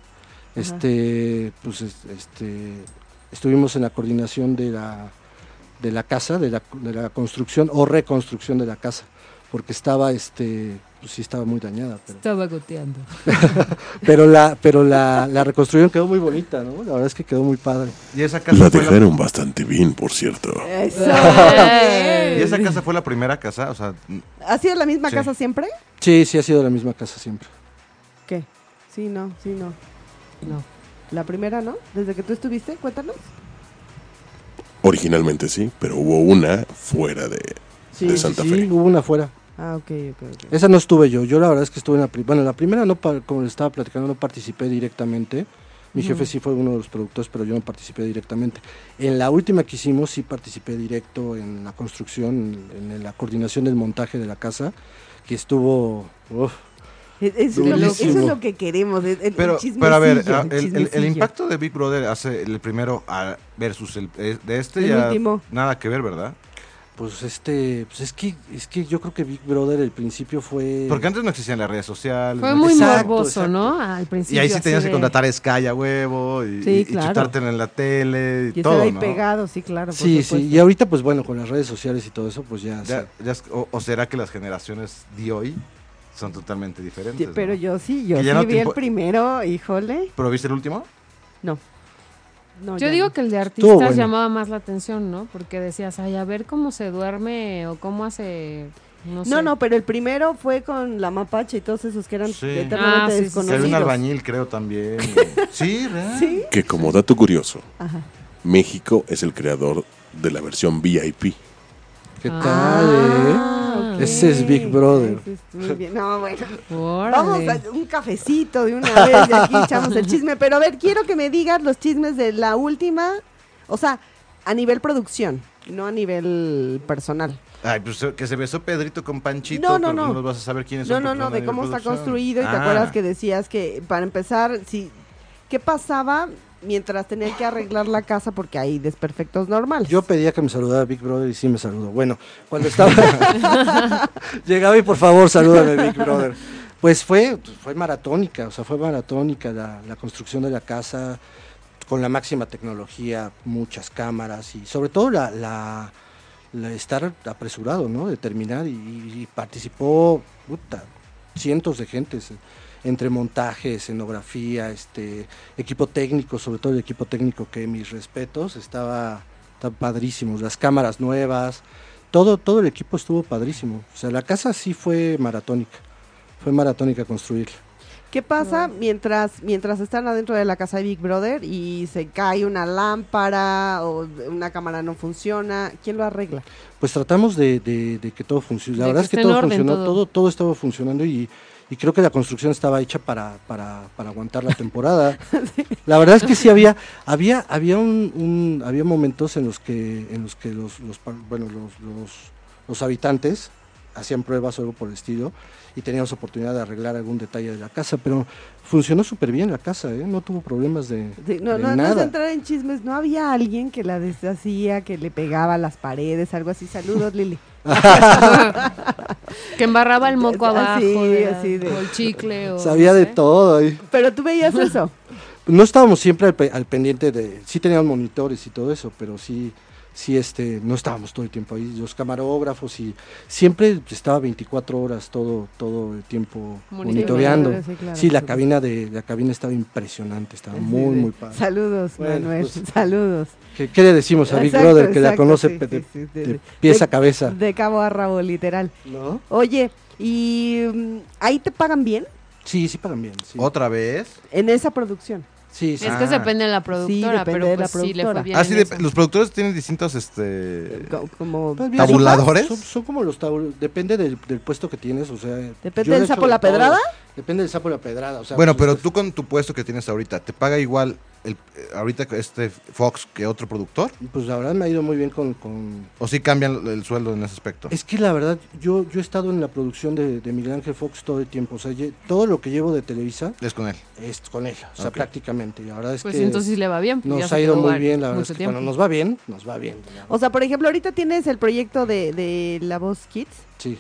Speaker 6: Este, pues es- este, estuvimos en la coordinación de la, de la casa, de la, de la construcción o reconstrucción de la casa, porque estaba, este, pues sí estaba muy dañada. Pero,
Speaker 1: Estaba goteando.
Speaker 6: pero la, pero la, la reconstrucción quedó muy bonita, ¿no? La verdad es que quedó muy padre.
Speaker 5: Y esa casa
Speaker 4: La
Speaker 5: fue la,
Speaker 4: dejaron bastante bien, por cierto.
Speaker 2: Eso.
Speaker 5: y
Speaker 2: bien.
Speaker 5: esa casa fue la primera casa, o sea,
Speaker 2: ¿Ha sido la misma
Speaker 5: Sí.
Speaker 2: casa siempre?
Speaker 6: Sí, sí ha sido la misma casa siempre.
Speaker 2: ¿Qué? Sí, no, sí, no.
Speaker 1: No.
Speaker 2: La primera, ¿no? Desde que tú estuviste, cuéntanos.
Speaker 4: Originalmente sí, pero hubo una fuera de...
Speaker 6: Sí,
Speaker 4: De
Speaker 6: sí,
Speaker 4: Santa
Speaker 6: sí,
Speaker 4: Fe.
Speaker 6: hubo una afuera.
Speaker 2: Ah, ok, ok, ok.
Speaker 6: Esa no estuve yo. Yo la verdad es que estuve en la primera. Bueno, la primera no, par- como les estaba platicando, no participé directamente. Mi jefe sí fue uno de los productores, pero yo no participé directamente. En la última que hicimos sí participé directo en la construcción, en, en la coordinación del montaje de la casa, que estuvo... uf,
Speaker 2: Es- es lo- E-, eso
Speaker 6: Durísimo.
Speaker 2: es lo que queremos. el- el
Speaker 5: Pero,
Speaker 2: chismecillo,
Speaker 5: pero a ver,
Speaker 2: el
Speaker 5: a- el, el- el
Speaker 2: chismecillo.
Speaker 5: impacto de Big Brother hace el primero a- versus el eh, de este
Speaker 2: El
Speaker 5: ya
Speaker 2: último.
Speaker 5: nada que ver, ¿verdad?
Speaker 6: pues este, pues es que, es que yo creo que Big Brother el principio fue...
Speaker 5: Porque antes no existían las redes sociales.
Speaker 1: Fue
Speaker 5: no
Speaker 1: muy
Speaker 5: existía-
Speaker 6: Exacto,
Speaker 1: morboso,
Speaker 6: exacto.
Speaker 1: ¿no? Al principio.
Speaker 5: Y ahí sí
Speaker 1: así
Speaker 5: tenías que
Speaker 1: de-
Speaker 5: contratar Sky a huevo y,
Speaker 2: Sí,
Speaker 5: y- y
Speaker 2: claro.
Speaker 5: chutártela en la tele y,
Speaker 2: Y estar
Speaker 5: todo,
Speaker 2: ahí
Speaker 5: ¿no?
Speaker 2: pegado, sí, claro. por
Speaker 6: Sí, sí.
Speaker 2: supuesto.
Speaker 6: Y ahorita pues bueno, con las redes sociales y todo eso, pues ya...
Speaker 5: Ya-
Speaker 6: se-
Speaker 5: ya es- o, o será que las generaciones de hoy son totalmente diferentes?
Speaker 2: Sí, Pero
Speaker 5: ¿no?
Speaker 2: yo sí, yo
Speaker 5: Que ya
Speaker 2: sí
Speaker 5: no
Speaker 2: vi
Speaker 5: te
Speaker 2: el
Speaker 5: impo-
Speaker 2: primero, híjole.
Speaker 5: ¿Pero viste el último?
Speaker 2: No. No,
Speaker 1: Yo
Speaker 2: ya
Speaker 1: digo
Speaker 2: no.
Speaker 1: que el de
Speaker 6: Estuvo
Speaker 1: artistas
Speaker 6: bueno.
Speaker 1: llamaba más la atención, ¿no? Porque decías, ay, a ver cómo se duerme o cómo hace. No,
Speaker 2: No,
Speaker 1: sé.
Speaker 2: no, pero el primero fue con la mapache y todos esos que eran
Speaker 5: Sí.
Speaker 2: eternamente
Speaker 1: Ah, sí, sí, sí.
Speaker 5: Que había un
Speaker 2: desconocidos.
Speaker 5: albañil, creo, también. sí, real.
Speaker 2: Sí.
Speaker 4: Que como dato curioso,
Speaker 2: Ajá.
Speaker 4: México es el creador de la versión VIP.
Speaker 6: ¿Qué tal,
Speaker 1: Ah,
Speaker 6: eh?
Speaker 1: ok.
Speaker 6: Ese es Big Brother.
Speaker 2: Ese es muy bien. No, bueno.
Speaker 1: Órale.
Speaker 2: Vamos a un cafecito de una vez y aquí echamos el chisme. Pero a ver, quiero que me digas los chismes de la última, o sea, a nivel producción, no a nivel personal.
Speaker 5: Ay, pues que se besó Pedrito con Panchito.
Speaker 2: No, no,
Speaker 5: pero
Speaker 2: no.
Speaker 5: los vas a saber quiénes
Speaker 2: No,
Speaker 5: son
Speaker 2: no,
Speaker 5: porque
Speaker 2: no,
Speaker 5: hay
Speaker 2: de cómo está
Speaker 5: producción.
Speaker 2: construido y te
Speaker 5: Ah.
Speaker 2: acuerdas que decías que para empezar, si ¿qué pasaba mientras tenían que arreglar la casa porque hay desperfectos normales?
Speaker 6: Yo pedía que me saludara Big Brother y sí me saludó. Bueno, cuando estaba. Llegaba y por favor, salúdame, Big Brother. Pues fue, fue maratónica, o sea, fue maratónica la, la construcción de la casa con la máxima tecnología, muchas cámaras y sobre todo la, la- la estar apresurado, ¿no? De terminar y, y participó puta, cientos de gentes entre montaje, escenografía, este equipo técnico, sobre todo el equipo técnico que mis respetos, estaba, estaba padrísimo, las cámaras nuevas, todo, todo el equipo estuvo padrísimo. O sea, la casa sí fue maratónica, fue maratónica construirla.
Speaker 2: ¿Qué pasa mientras, mientras están adentro de la casa de Big Brother y se cae una lámpara o una cámara no funciona? ¿Quién lo arregla?
Speaker 6: Pues tratamos de, de- de que todo funcione. La
Speaker 1: De
Speaker 6: verdad
Speaker 1: que
Speaker 6: es que
Speaker 1: esté en
Speaker 6: todo
Speaker 1: orden
Speaker 6: funcionó,
Speaker 1: todo.
Speaker 6: todo. todo, estaba funcionando y, y creo que la construcción estaba hecha para, para, para aguantar la temporada. La verdad es que sí había, había, había un, un- había momentos en los que, en los que los, los pa- bueno, los, los- los habitantes hacían pruebas o algo por el estilo y teníamos oportunidad de arreglar algún detalle de la casa, pero funcionó súper bien la casa, ¿eh? no tuvo problemas de,
Speaker 2: Sí, No, no,
Speaker 6: de
Speaker 2: no es
Speaker 6: nada.
Speaker 2: entrar en chismes. ¿No había alguien que la deshacía, que le pegaba a las paredes, algo así? Saludos, Lili.
Speaker 1: Que embarraba el moco
Speaker 2: Así,
Speaker 1: abajo. de la-
Speaker 2: así de-
Speaker 1: O el chicle. O,
Speaker 6: Sabía
Speaker 1: no
Speaker 6: de
Speaker 1: sé.
Speaker 6: todo. ahí.
Speaker 2: Pero tú veías eso.
Speaker 6: No estábamos siempre al, pe- al pendiente de, sí teníamos monitores y todo eso, pero sí, sí este, no estábamos todo el tiempo ahí, los camarógrafos y siempre estaba 24 horas todo, todo el tiempo
Speaker 1: Monitoreando.
Speaker 6: monitoreando.
Speaker 2: Sí, claro,
Speaker 6: sí, la
Speaker 2: sí.
Speaker 6: cabina de, la cabina estaba impresionante, estaba
Speaker 2: Así
Speaker 6: muy,
Speaker 2: de,
Speaker 6: muy padre.
Speaker 2: Saludos,
Speaker 6: Bueno,
Speaker 2: Manuel.
Speaker 6: pues,
Speaker 2: saludos.
Speaker 6: ¿Qué, qué le decimos a Big
Speaker 2: Exacto,
Speaker 6: Brother que la
Speaker 2: exacto,
Speaker 6: conoce
Speaker 2: sí,
Speaker 6: pe- de,
Speaker 2: sí, sí, de-
Speaker 6: de pies a cabeza?
Speaker 2: De cabo a rabo, literal.
Speaker 6: ¿No?
Speaker 2: Oye, ¿y mm, ahí te pagan bien?
Speaker 6: Sí, sí pagan bien. Sí,
Speaker 5: ¿Otra vez?
Speaker 2: En esa producción.
Speaker 6: sí, sí.
Speaker 1: Es que
Speaker 5: Ah.
Speaker 1: depende de la productora,
Speaker 2: depende
Speaker 1: pero
Speaker 2: de la
Speaker 1: pues sí le fue
Speaker 2: productora.
Speaker 1: bien.
Speaker 5: Ah, sí,
Speaker 1: en
Speaker 5: de-
Speaker 1: esa.
Speaker 5: los productores tienen distintos, este...
Speaker 2: Co- Como,
Speaker 6: Pues bien, son-
Speaker 5: ¿Tabuladores?
Speaker 6: Son, son como los tabuladores, depende del, del puesto que tienes, o sea...
Speaker 2: ¿Depende
Speaker 6: yo
Speaker 2: del
Speaker 6: le he hecho
Speaker 2: sapo
Speaker 6: de
Speaker 2: la
Speaker 6: todo.
Speaker 2: pedrada?
Speaker 6: Depende del sapo la pedrada, o sea...
Speaker 5: Bueno,
Speaker 6: pues,
Speaker 5: pero
Speaker 6: este-
Speaker 5: tú con tu puesto que tienes ahorita, ¿te paga igual el, eh, ahorita que este Fox que otro productor?
Speaker 6: Pues la verdad me ha ido muy bien con... con-
Speaker 5: ¿O sí cambian el, el sueldo en ese aspecto?
Speaker 6: Es que la verdad, yo, yo he estado en la producción de, de Miguel Ángel Fox todo el tiempo. O sea, lle- todo lo que llevo de Televisa
Speaker 5: Es con él.
Speaker 6: es con él. O sea,
Speaker 5: Ok.
Speaker 6: prácticamente. Y la verdad es
Speaker 1: Pues
Speaker 6: que
Speaker 1: entonces sí le va bien. porque ya
Speaker 6: nos
Speaker 1: se
Speaker 6: ha ido
Speaker 1: quedó
Speaker 6: muy
Speaker 1: var-
Speaker 6: bien. La verdad
Speaker 1: mucho
Speaker 6: es que, bueno,
Speaker 1: tiempo.
Speaker 6: nos va bien, nos va bien. la verdad.
Speaker 2: O sea, por ejemplo, ahorita tienes el proyecto de, de La Voz Kids
Speaker 6: Sí.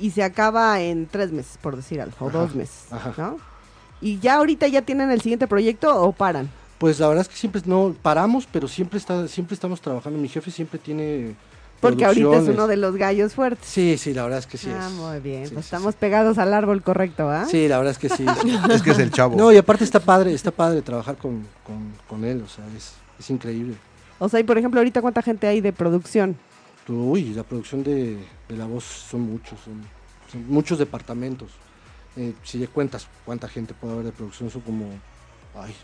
Speaker 2: y se acaba en tres meses, por decir algo, o
Speaker 6: Ajá,
Speaker 2: dos meses,
Speaker 6: ajá.
Speaker 2: ¿no? ¿Y ya ahorita ya tienen el siguiente proyecto o paran?
Speaker 6: Pues la verdad es que siempre no paramos, pero siempre está, siempre estamos trabajando. Mi jefe siempre tiene.
Speaker 2: Porque ahorita es
Speaker 6: producciones.
Speaker 2: uno de los gallos fuertes.
Speaker 6: Sí, sí, la verdad es que sí.
Speaker 2: ah,
Speaker 6: es.
Speaker 2: muy bien.
Speaker 6: Sí,
Speaker 2: pues
Speaker 6: sí,
Speaker 2: estamos pegados al árbol correcto, ¿ah?
Speaker 6: Sí. Sí, la verdad es que sí.
Speaker 5: Es que es el chavo.
Speaker 6: no, y aparte está padre, está padre trabajar con, con, con él. O sea, es, es increíble.
Speaker 2: O sea, y por ejemplo, ahorita cuánta gente hay de producción.
Speaker 6: Uy, la producción de, de la voz son muchos, son, son muchos departamentos. Eh, si le cuentas cuánta gente puede haber de producción, son como ay,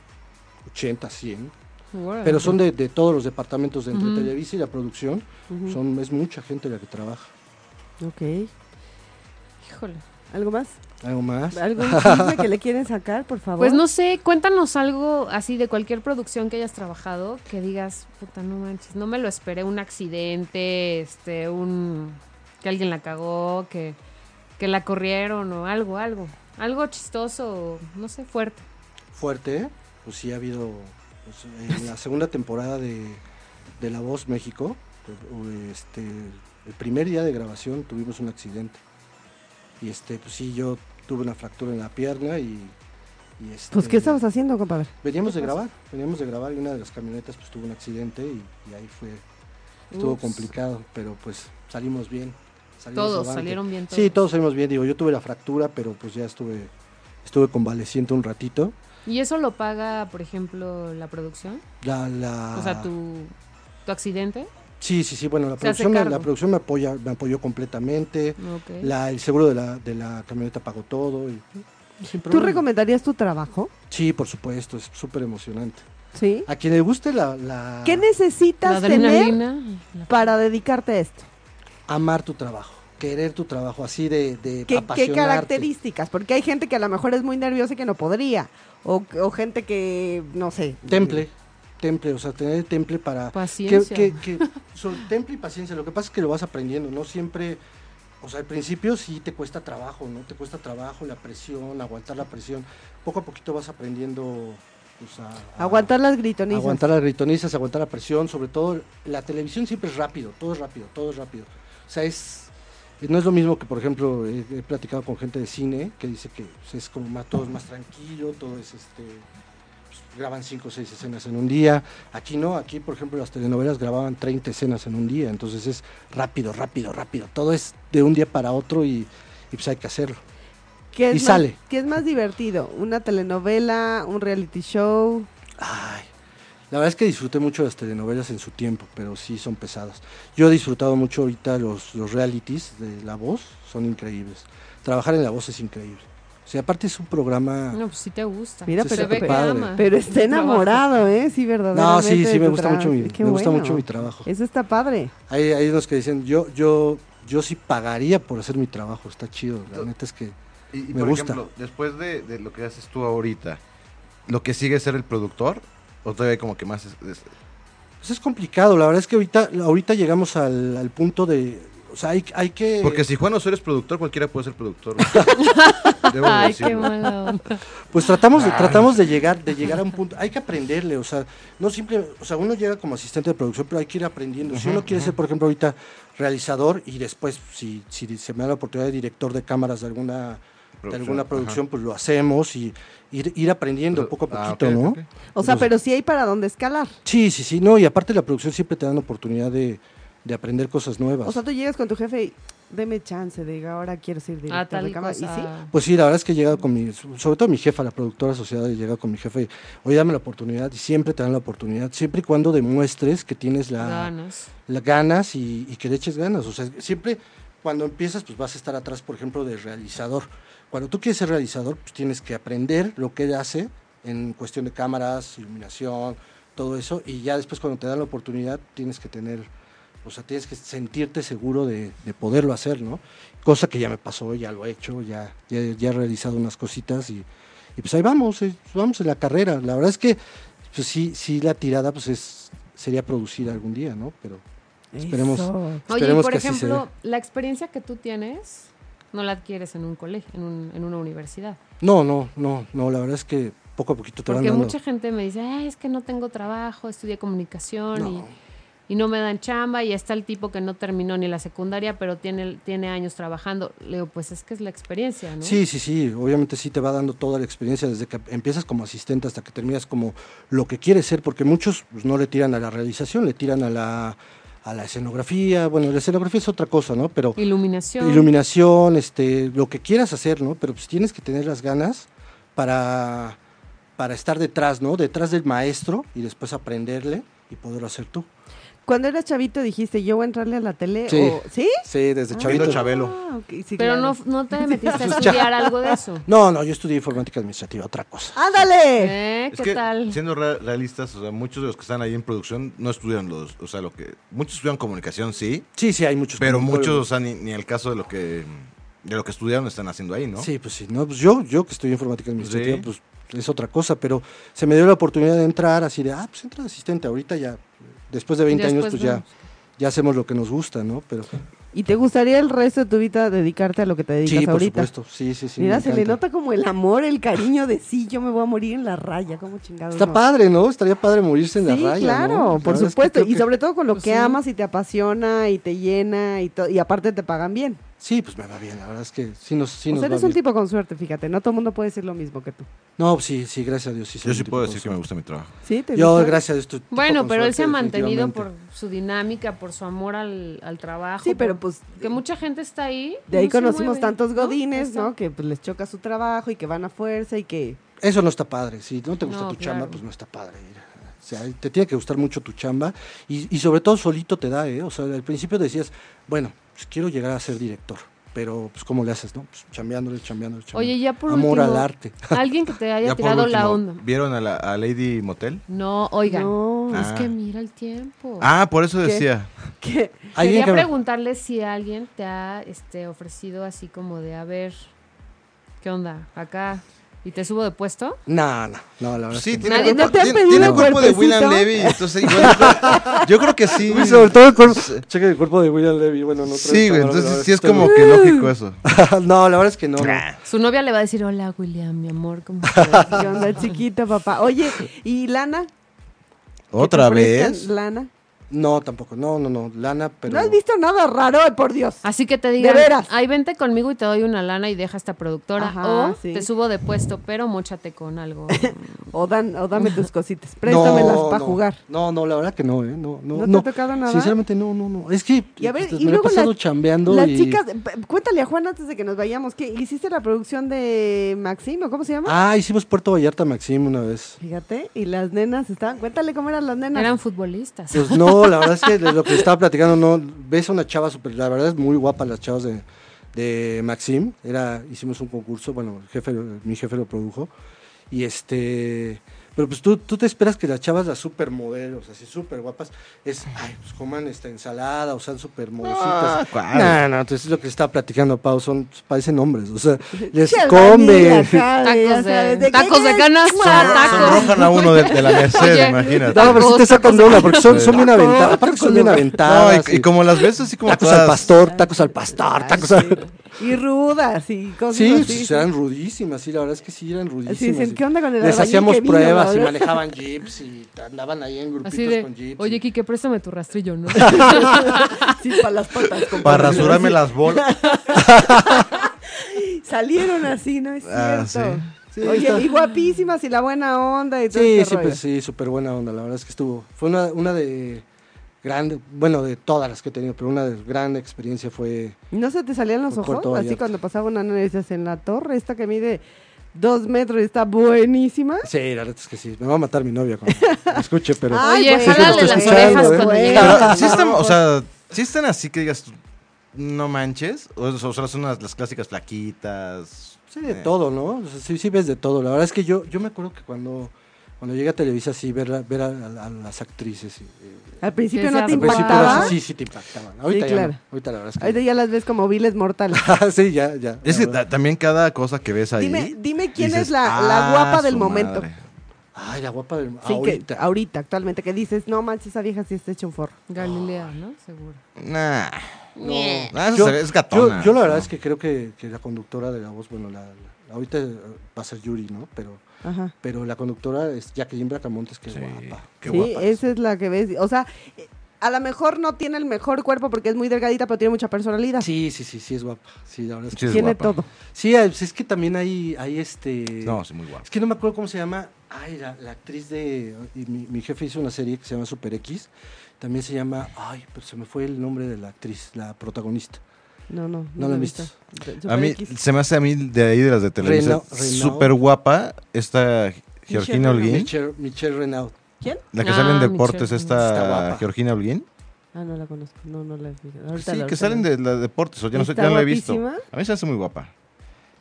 Speaker 6: 80, 100.
Speaker 1: Órale.
Speaker 6: Pero son de, de todos los departamentos de entre
Speaker 1: Ujú.
Speaker 6: Televisa y la producción. son, es mucha gente la que trabaja.
Speaker 2: Ok.
Speaker 1: Híjole.
Speaker 2: ¿Algo más?
Speaker 6: ¿Algo más?
Speaker 2: ¿Algún chisme que le quieren sacar, por favor?
Speaker 1: Pues no sé, cuéntanos algo así de cualquier producción que hayas trabajado que digas, puta, no manches, no me lo esperé, un accidente, este, un que alguien la cagó, que, que la corrieron o algo, algo, algo chistoso, no sé, fuerte.
Speaker 6: Fuerte, ¿eh? pues sí ha habido pues, en la segunda temporada de, de La Voz México, eh, este, el primer día de grabación tuvimos un accidente. Y este, pues sí, yo tuve una fractura en la pierna y, y, este,
Speaker 2: Pues, ¿qué estamos haciendo, compadre?
Speaker 6: Veníamos de grabar, veníamos de grabar y una de las camionetas pues tuvo un accidente y, y ahí fue, estuvo
Speaker 1: Ups.
Speaker 6: complicado, pero pues salimos bien. salimos
Speaker 1: Todos
Speaker 6: avante.
Speaker 1: salieron bien todos.
Speaker 6: Sí, todos salimos bien, digo, yo tuve la fractura, pero pues ya estuve, estuve convaleciente un ratito.
Speaker 1: ¿Y eso lo paga, por ejemplo, la producción?
Speaker 6: La, la...
Speaker 1: O sea, tu, tu accidente.
Speaker 6: Sí, sí, sí, bueno,
Speaker 1: Se
Speaker 6: la
Speaker 1: hace
Speaker 6: producción, me-
Speaker 1: cargo.
Speaker 6: la producción me, apoya, me apoyó completamente.
Speaker 1: Ok.
Speaker 6: La, el seguro de la, de la camioneta pagó todo. y- y sin
Speaker 2: ¿Tú
Speaker 6: problema.
Speaker 2: recomendarías tu trabajo?
Speaker 6: Sí, por supuesto, es súper emocionante.
Speaker 2: Sí.
Speaker 6: A quien le guste la, la-
Speaker 2: ¿Qué
Speaker 1: La
Speaker 2: necesitas tener
Speaker 1: adrenalina. la-
Speaker 2: para dedicarte a esto?
Speaker 6: amar tu trabajo, querer tu trabajo, así de, de
Speaker 2: ¿Qué, qué
Speaker 6: apasionarte.
Speaker 2: características? Porque hay gente que a lo mejor es muy nerviosa y que no podría. O, o gente que, no sé.
Speaker 6: Temple, temple, o sea, tener temple para...
Speaker 1: Paciencia.
Speaker 6: Que, que- que- so- temple y paciencia, lo que pasa es que lo vas aprendiendo, no siempre... O sea, al principio sí te cuesta trabajo, ¿no? Te cuesta trabajo la presión, aguantar la presión. Poco a poquito vas aprendiendo pues, a, a-
Speaker 2: Aguantar las gritonizas.
Speaker 6: Aguantar las gritonizas, aguantar la presión, sobre todo la televisión siempre es rápido, todo es rápido, todo es rápido. O sea, es eh, no es lo mismo que, por ejemplo, he, he platicado con gente de cine que dice que pues, es como más, todo es más tranquilo, todo es este pues, graban cinco o seis escenas en un día. Aquí no, aquí por ejemplo las telenovelas grababan 30 escenas en un día, entonces es rápido, rápido, rápido. Todo es de un día para otro y, y, pues hay que hacerlo.
Speaker 2: ¿Qué es
Speaker 6: y
Speaker 2: más-
Speaker 6: sale.
Speaker 2: ¿Qué es más divertido? ¿Una telenovela? ¿Un reality show?
Speaker 6: Ay, la verdad es que disfruté mucho las telenovelas en su tiempo, pero sí son pesadas. Yo he disfrutado mucho ahorita los, los realities de La Voz, son increíbles. Trabajar en La Voz es increíble. O sea, aparte es un programa...
Speaker 1: No, pues sí te gusta.
Speaker 2: Mira,
Speaker 6: Sí,
Speaker 2: pero-
Speaker 1: se ve que
Speaker 6: padre.
Speaker 1: ama.
Speaker 2: Pero está enamorado, ¿eh? Sí, verdaderamente.
Speaker 6: No, sí, sí,
Speaker 2: de
Speaker 6: me
Speaker 2: tu
Speaker 6: gusta
Speaker 2: trabajo.
Speaker 6: mucho mi-
Speaker 2: Qué
Speaker 6: me gusta
Speaker 2: bueno.
Speaker 6: mucho mi trabajo.
Speaker 2: Eso está padre.
Speaker 6: Hay, hay unos que dicen, yo, yo, yo sí pagaría por hacer mi trabajo, está chido. La neta es que
Speaker 5: Y, y
Speaker 6: Me
Speaker 5: por
Speaker 6: gusta.
Speaker 5: ejemplo, después de, de lo que haces tú ahorita, ¿lo que sigue es ser el productor? ¿O todavía hay como que más... es- es-
Speaker 6: pues es complicado. La verdad es que ahorita, ahorita llegamos al, al punto de... O sea, hay, hay que...
Speaker 5: Porque si Juan Osorio es productor, cualquiera puede ser productor. güey. Debo de
Speaker 1: Ay, qué
Speaker 5: decirlo.
Speaker 1: mala onda.
Speaker 6: Pues tratamos de, tratamos de llegar, de llegar a un punto. Hay que aprenderle, o sea, no simple, o sea, uno llega como asistente de producción, pero hay que ir aprendiendo. Si uno quiere ser, por ejemplo, ahorita realizador y después, si, si se me da la oportunidad de director de cámaras de alguna de
Speaker 5: Producción,
Speaker 6: alguna producción, pues lo hacemos y ir, ir aprendiendo poco a
Speaker 5: Ah,
Speaker 6: poquito,
Speaker 5: ok, ok.
Speaker 6: ¿no?
Speaker 2: O sea,
Speaker 6: Entonces-
Speaker 2: pero sí hay para dónde escalar.
Speaker 6: Sí, sí, sí, no, y aparte la producción siempre te dan oportunidad de, de aprender cosas nuevas.
Speaker 2: O sea, tú llegas con tu jefe y deme chance, diga, ahora quiero ser
Speaker 1: A
Speaker 2: director de
Speaker 1: Ah, tal
Speaker 2: cámara. Y sí,
Speaker 1: cosa.
Speaker 6: Pues sí, la verdad es que he llegado con mi, sobre todo mi jefa, la productora asociada, he llegado con mi jefe, oye, dame la oportunidad, y siempre te dan la oportunidad, siempre y cuando demuestres que tienes la,
Speaker 1: Ganas.
Speaker 6: la ganas y, y que le eches ganas. O sea, siempre cuando empiezas, pues vas a estar atrás, por ejemplo, del realizador. Cuando tú quieres ser realizador, pues tienes que aprender lo que él hace en cuestión de cámaras, iluminación, todo eso, y ya después cuando te dan la oportunidad, tienes que tener, o sea, tienes que sentirte seguro de, de poderlo hacer, ¿no? Cosa que ya me pasó, ya lo he hecho, ya, ya, ya he realizado unas cositas y, y pues ahí vamos, eh, vamos en la carrera. La verdad es que, pues sí, sí, la tirada, pues es, sería producir algún día, ¿no? Pero Esperemos.
Speaker 2: Eso.
Speaker 1: Oye, y
Speaker 6: Esperemos
Speaker 1: por
Speaker 6: que así se
Speaker 1: ejemplo, la experiencia que tú tienes no la adquieres en un colegio, en, un- en una universidad.
Speaker 6: No, no, no, no, la verdad es que poco a poquito te van
Speaker 1: Porque
Speaker 6: dando.
Speaker 1: mucha gente me dice, "Ay, es que no tengo trabajo, estudié comunicación
Speaker 6: No.
Speaker 1: y, y no me dan chamba y está el tipo que no terminó ni la secundaria, pero tiene, tiene años trabajando. Le digo, pues es que es la experiencia, ¿no?
Speaker 6: Sí, sí, sí, obviamente sí te va dando toda la experiencia desde que empiezas como asistente hasta que terminas como lo que quieres ser, porque muchos pues, no le tiran a la realización, le tiran a la, a la escenografía, bueno, la escenografía es otra cosa, ¿no? Pero
Speaker 1: Iluminación.
Speaker 6: iluminación, este, lo que quieras hacer, ¿no? Pero pues tienes que tener las ganas para, para estar detrás, ¿no? Detrás del maestro y después aprenderle y poderlo hacer tú.
Speaker 2: Cuando eras chavito dijiste, yo voy a entrarle a la tele.
Speaker 6: Sí.
Speaker 2: o- Eh, oh, ¿Sí?
Speaker 6: Sí, desde
Speaker 5: Viendo
Speaker 6: chavito.
Speaker 5: Chabelo.
Speaker 2: Ah, ok, sí,
Speaker 1: pero
Speaker 2: claro.
Speaker 1: no, no te metiste a estudiar algo de eso.
Speaker 6: No, no, yo estudié informática administrativa, otra
Speaker 2: Ah.
Speaker 6: cosa.
Speaker 2: ¡Ándale!
Speaker 6: Ah,
Speaker 1: ¿Eh?
Speaker 5: Es
Speaker 1: ¿Qué
Speaker 5: que,
Speaker 1: tal?
Speaker 5: siendo re- realistas, o sea, muchos de los que están ahí en producción no estudian los, o sea, lo que, muchos estudian comunicación, sí,
Speaker 6: Sí, sí, hay muchos.
Speaker 5: pero
Speaker 6: como-
Speaker 5: muchos, o sea, ni, ni el caso de lo que, de lo que estudiaron están haciendo ahí, ¿no?
Speaker 6: Sí, pues sí. No, pues yo, yo que estudié informática administrativa,
Speaker 5: Sí.
Speaker 6: pues es otra cosa, pero se me dio la oportunidad de entrar así de, ah, pues entra de asistente, ahorita ya, después de 20 años,
Speaker 1: Después
Speaker 6: pues ya,
Speaker 1: vemos.
Speaker 6: ya hacemos lo que nos gusta, ¿no? Pero
Speaker 2: ¿Y te gustaría el resto de tu vida dedicarte a lo que te dedicas
Speaker 6: sí, por
Speaker 2: ahorita?
Speaker 6: supuesto, sí, sí, sí. me
Speaker 2: Mira, se le
Speaker 6: encanta.
Speaker 2: nota como el amor, el cariño de sí, yo me voy a morir en la raya, como chingado.
Speaker 6: Está
Speaker 2: no?
Speaker 6: padre, ¿no? Estaría padre morirse en
Speaker 2: sí,
Speaker 6: la raya.
Speaker 2: claro,
Speaker 6: ¿no? La
Speaker 2: por
Speaker 6: verdad es que
Speaker 2: supuesto.
Speaker 6: creo
Speaker 2: y
Speaker 6: que-
Speaker 2: sobre todo con lo
Speaker 1: Pues
Speaker 2: que
Speaker 1: sí.
Speaker 2: amas y te apasiona y te llena y, to- y aparte te pagan bien.
Speaker 6: Sí, pues me va bien, la verdad es que sí nos, sí
Speaker 2: o
Speaker 6: nos
Speaker 2: sea,
Speaker 6: va
Speaker 2: eres un
Speaker 6: bien.
Speaker 2: tipo con suerte, fíjate. No todo el mundo puede decir lo mismo que tú.
Speaker 6: No, sí, sí, gracias a Dios. Sí soy
Speaker 5: Yo
Speaker 6: un
Speaker 5: sí
Speaker 6: tipo
Speaker 5: puedo
Speaker 6: con
Speaker 5: decir que me
Speaker 6: suerte.
Speaker 5: gusta mi trabajo.
Speaker 2: Sí, te
Speaker 6: Yo,
Speaker 2: gusta?
Speaker 6: gracias a Dios. estoy tipo
Speaker 1: Bueno,
Speaker 6: con
Speaker 1: pero él
Speaker 6: suerte,
Speaker 1: se ha mantenido por
Speaker 6: definitivamente.
Speaker 1: su dinámica, por su amor al, al trabajo.
Speaker 2: Sí, pero
Speaker 1: por-
Speaker 2: pues,
Speaker 1: Que mucha gente está ahí.
Speaker 2: De ahí
Speaker 1: no se
Speaker 2: conocimos
Speaker 1: mueve,
Speaker 2: tantos godines,
Speaker 1: Está-
Speaker 2: ¿no? Que pues, les choca su trabajo y que van a fuerza y que...
Speaker 6: Eso no está padre. Si no te gusta
Speaker 1: No,
Speaker 6: tu
Speaker 1: claro.
Speaker 6: chamba, pues no está padre. O sea, te tiene que gustar mucho tu chamba y, y sobre todo solito te da, ¿eh? O sea, al principio decías, bueno, pues quiero llegar a ser director, pero pues ¿cómo le haces, no? Pues chambeándole, chambeándole, chambeándole.
Speaker 1: Oye, ya por
Speaker 6: Amor
Speaker 1: último.
Speaker 6: al arte.
Speaker 1: Alguien que te haya
Speaker 5: Ya por
Speaker 1: tirado la
Speaker 5: último,
Speaker 1: onda.
Speaker 5: ¿Vieron a, la, a Lady Motel?
Speaker 1: No, oigan.
Speaker 2: No,
Speaker 1: Es
Speaker 5: Ah.
Speaker 1: que mira el tiempo.
Speaker 5: Ah, por eso decía.
Speaker 2: que...
Speaker 6: Alguien
Speaker 1: Quería
Speaker 6: que me-
Speaker 1: preguntarle si alguien te ha este, ofrecido así como de, a ver, ¿qué onda? Acá. ¿Y te subo de puesto?
Speaker 6: No, no, no, la verdad.
Speaker 5: Sí,
Speaker 6: es que
Speaker 5: tiene,
Speaker 1: Nadie-
Speaker 5: cuerpo,
Speaker 2: ¿no te han
Speaker 5: tiene-
Speaker 2: pedido
Speaker 5: tiene el cuerpo de
Speaker 2: cuerpecito?
Speaker 5: William Levy, entonces igual, yo, creo, yo creo que sí.
Speaker 6: no. Uy, sobre todo el cuerpo. Checa el cuerpo de William Levy. Bueno, no
Speaker 5: Sí, güey,
Speaker 6: traigo cámara,
Speaker 5: entonces
Speaker 6: pero
Speaker 5: sí es
Speaker 6: está
Speaker 5: como que lógico eso.
Speaker 6: bien. no, la verdad es que no. no.
Speaker 1: Su novia le va a decir, hola, William, mi amor, ¿cómo estás?
Speaker 2: ¿Qué onda, chiquito, papá? Oye, ¿y lana? ¿Que te
Speaker 5: ¿Otra
Speaker 2: ofrezcan
Speaker 5: vez?
Speaker 2: Lana.
Speaker 6: No, tampoco. No, no, no. Lana, pero.
Speaker 2: ¿No has visto nada raro, Ay, por Dios?
Speaker 1: Así que te digan,
Speaker 2: De veras.
Speaker 1: ay, vente conmigo y te doy una lana y deja esta productora.
Speaker 2: Ajá,
Speaker 1: o
Speaker 2: sí.
Speaker 1: te subo de puesto, pero mochate con algo.
Speaker 2: O, dan, o dame tus cositas, préstamelas
Speaker 6: No,
Speaker 2: para
Speaker 6: no.
Speaker 2: jugar.
Speaker 6: No, no, la verdad que no, ¿eh? No, no,
Speaker 2: ¿No te ha tocado nada?
Speaker 6: Sinceramente, no, no, no. Es que
Speaker 2: Y a ver,
Speaker 6: pues,
Speaker 2: y
Speaker 6: me la he
Speaker 2: luego
Speaker 6: pasado
Speaker 2: las-
Speaker 6: chambeando
Speaker 2: Las
Speaker 6: y...
Speaker 2: chicas, p- cuéntale a Juan antes de que nos vayamos, ¿qué hiciste la producción de Maximo? ¿Cómo se llama?
Speaker 6: Ah, hicimos Puerto Vallarta Maxim una vez.
Speaker 2: Fíjate, y las nenas estaban, cuéntale cómo eran las nenas.
Speaker 1: Eran futbolistas.
Speaker 6: Pues no, la verdad es que de lo que estaba platicando, no. Ves a una chava súper... La verdad es muy guapa las chavas de, de Maxim. Era, hicimos un concurso, bueno, el jefe, mi jefe lo produjo. Y este. Pero pues tú, tú te esperas que las chavas, las supermodelos, así súper guapas, es, ay, pues coman esta ensalada o sean súper modositas.
Speaker 5: Ah, ¿cuál?
Speaker 6: no, no, entonces es lo que le estaba platicando a Pau, son, pues, parecen hombres, o sea, les
Speaker 2: Che, el vainilla
Speaker 6: comen.
Speaker 2: acá,
Speaker 1: Tacos de-
Speaker 2: ya sabes,
Speaker 1: tacos
Speaker 2: qué
Speaker 1: de
Speaker 2: quieres?
Speaker 1: canasta,
Speaker 2: ¡Mua!
Speaker 1: tacos.
Speaker 5: Sonrojan a uno de, de la Merced,
Speaker 1: Oye.
Speaker 5: imagínate.
Speaker 6: No, pero sí te sacan de una, porque son, son bien
Speaker 2: Tacos,
Speaker 6: aventadas. Aparte son
Speaker 2: tacos,
Speaker 6: bien
Speaker 2: no.
Speaker 5: No,
Speaker 6: aventadas.
Speaker 5: y, y
Speaker 6: y-
Speaker 5: como las ves así como
Speaker 6: tacos
Speaker 5: todas-
Speaker 6: al
Speaker 2: Ah,
Speaker 6: pastor, tacos al pastor, tacos al...
Speaker 2: Y rudas y cosas
Speaker 6: Sí,
Speaker 2: así.
Speaker 6: pues, eran rudísimas, sí, la verdad es que sí eran rudísimas.
Speaker 2: Así dicen,
Speaker 6: sí.
Speaker 2: ¿qué onda con el
Speaker 6: Les
Speaker 2: albañil
Speaker 6: hacíamos
Speaker 2: que vino,
Speaker 6: pruebas y
Speaker 2: verdad?
Speaker 6: manejaban jeeps y andaban ahí en grupitos
Speaker 1: Así de,
Speaker 6: con jeeps.
Speaker 1: oye, Kike, préstame tu rastrillo, ¿no?
Speaker 2: Sí, para las patas. compadre.
Speaker 5: Para rasurarme las bolas.
Speaker 2: Salieron así, ¿no es
Speaker 5: Ah,
Speaker 2: cierto?
Speaker 6: sí. Sí,
Speaker 2: Oye,
Speaker 6: está-
Speaker 2: y guapísimas y la buena onda y todo
Speaker 6: Sí,
Speaker 2: ese
Speaker 6: sí,
Speaker 2: rollo.
Speaker 6: pues, sí, súper buena onda, la verdad es que estuvo. Fue una, una de grande, bueno, de todas las que he tenido, pero una de gran experiencia fue...
Speaker 2: ¿No se te salían los
Speaker 6: Con
Speaker 2: ojos?
Speaker 6: corto
Speaker 2: Así
Speaker 6: abierto.
Speaker 2: cuando pasaba una nena y decías, en la torre, esta que mide dos metros y está buenísima.
Speaker 6: Sí, la verdad es que sí, me va a matar mi novia cuando me escuche, pero...
Speaker 1: Oye,
Speaker 2: bueno,
Speaker 1: jálale
Speaker 2: bueno,
Speaker 1: las
Speaker 6: orejas
Speaker 2: bueno,
Speaker 6: cuando
Speaker 2: bueno.
Speaker 5: Pero sí están, o sea, sí están así que digas, no manches. O, o sea, son las, las clásicas flaquitas.
Speaker 6: Sí, de
Speaker 5: Eh,
Speaker 6: todo, ¿no? O sea, sí, sí ves de todo. La verdad es que yo, yo me acuerdo que cuando, cuando llegué a Televisa, sí, ver, la- ver a, a- a las actrices. y, eh,
Speaker 2: Al principio no
Speaker 1: Al
Speaker 2: te
Speaker 6: al principio era-
Speaker 2: impactaba.
Speaker 6: Sí, sí te impactaban. Ahorita ya
Speaker 2: claro.
Speaker 6: no. Ahorita la verdad es que...
Speaker 2: Ahorita ya las ves como viles mortales.
Speaker 6: ya. sí, ya, ya.
Speaker 5: Es
Speaker 6: la
Speaker 5: que
Speaker 6: verdad.
Speaker 5: ta- también cada cosa que ves ahí.
Speaker 2: Dime- dime quién
Speaker 5: dices,
Speaker 2: es la- la
Speaker 5: "Ah,
Speaker 2: guapa del
Speaker 5: su
Speaker 2: momento".
Speaker 5: madre".
Speaker 6: Ay, la guapa del...
Speaker 2: Sí, ahorita.
Speaker 6: ahorita.
Speaker 2: Que, ahorita, actualmente, que dices, no manches, esa vieja sí está hecha un forro.
Speaker 1: Galilea, ¿no? Seguro.
Speaker 5: Nah.
Speaker 6: No.
Speaker 5: Ah, eso
Speaker 6: Yo-
Speaker 5: se ve- es gatona.
Speaker 6: Yo, yo la verdad
Speaker 5: ¿no?
Speaker 6: es que creo que, que la conductora de la voz, bueno, la, la- ahorita eh, va a ser Yuri, ¿no? Pero,
Speaker 2: Ajá.
Speaker 6: pero la conductora es Jacqueline Bracamontes, que es guapa.
Speaker 5: Qué
Speaker 2: sí,
Speaker 5: guapa.
Speaker 2: esa es la que ves. O sea, eh, a lo mejor no tiene el mejor cuerpo porque es muy delgadita, pero tiene mucha personalidad.
Speaker 6: Sí, sí, sí, sí, es guapa. Sí, la verdad es que...
Speaker 5: Sí, es
Speaker 2: tiene
Speaker 5: guapa.
Speaker 2: todo.
Speaker 6: Sí, eh, pues es que también hay, hay este...
Speaker 5: No, sí, muy guapa.
Speaker 6: Es que no me acuerdo cómo se llama. Ay, la, la actriz de. y mi, mi jefe hizo una serie que se llama Super X. También se llama. Ay, pero se me fue el nombre de la actriz, la protagonista.
Speaker 2: No, no.
Speaker 6: ¿No la
Speaker 2: la he
Speaker 6: viste?
Speaker 2: visto. De-
Speaker 5: A
Speaker 2: Super
Speaker 5: mí,
Speaker 2: X.
Speaker 5: se me hace a mí de ahí de las de Televisa,
Speaker 6: Renaud- Renaud.
Speaker 5: súper guapa esta Georgina
Speaker 2: Renaud.
Speaker 5: Holguín,
Speaker 6: Michelle, Michelle Renaud.
Speaker 2: ¿Quién?
Speaker 5: la que
Speaker 1: Ah,
Speaker 5: sale en
Speaker 1: Michelle
Speaker 5: deportes,
Speaker 1: Renaud.
Speaker 5: esta
Speaker 6: Está guapa.
Speaker 5: Georgina Holguín.
Speaker 2: Ah, no la conozco. No, no la he visto. Ahorita
Speaker 5: sí,
Speaker 2: la-
Speaker 5: que
Speaker 2: ahorita
Speaker 5: salen
Speaker 2: la-
Speaker 5: de la deportes, o ya no sé,
Speaker 2: Está
Speaker 5: ya no la he visto.
Speaker 2: guapísima.
Speaker 5: A mí se hace muy guapa.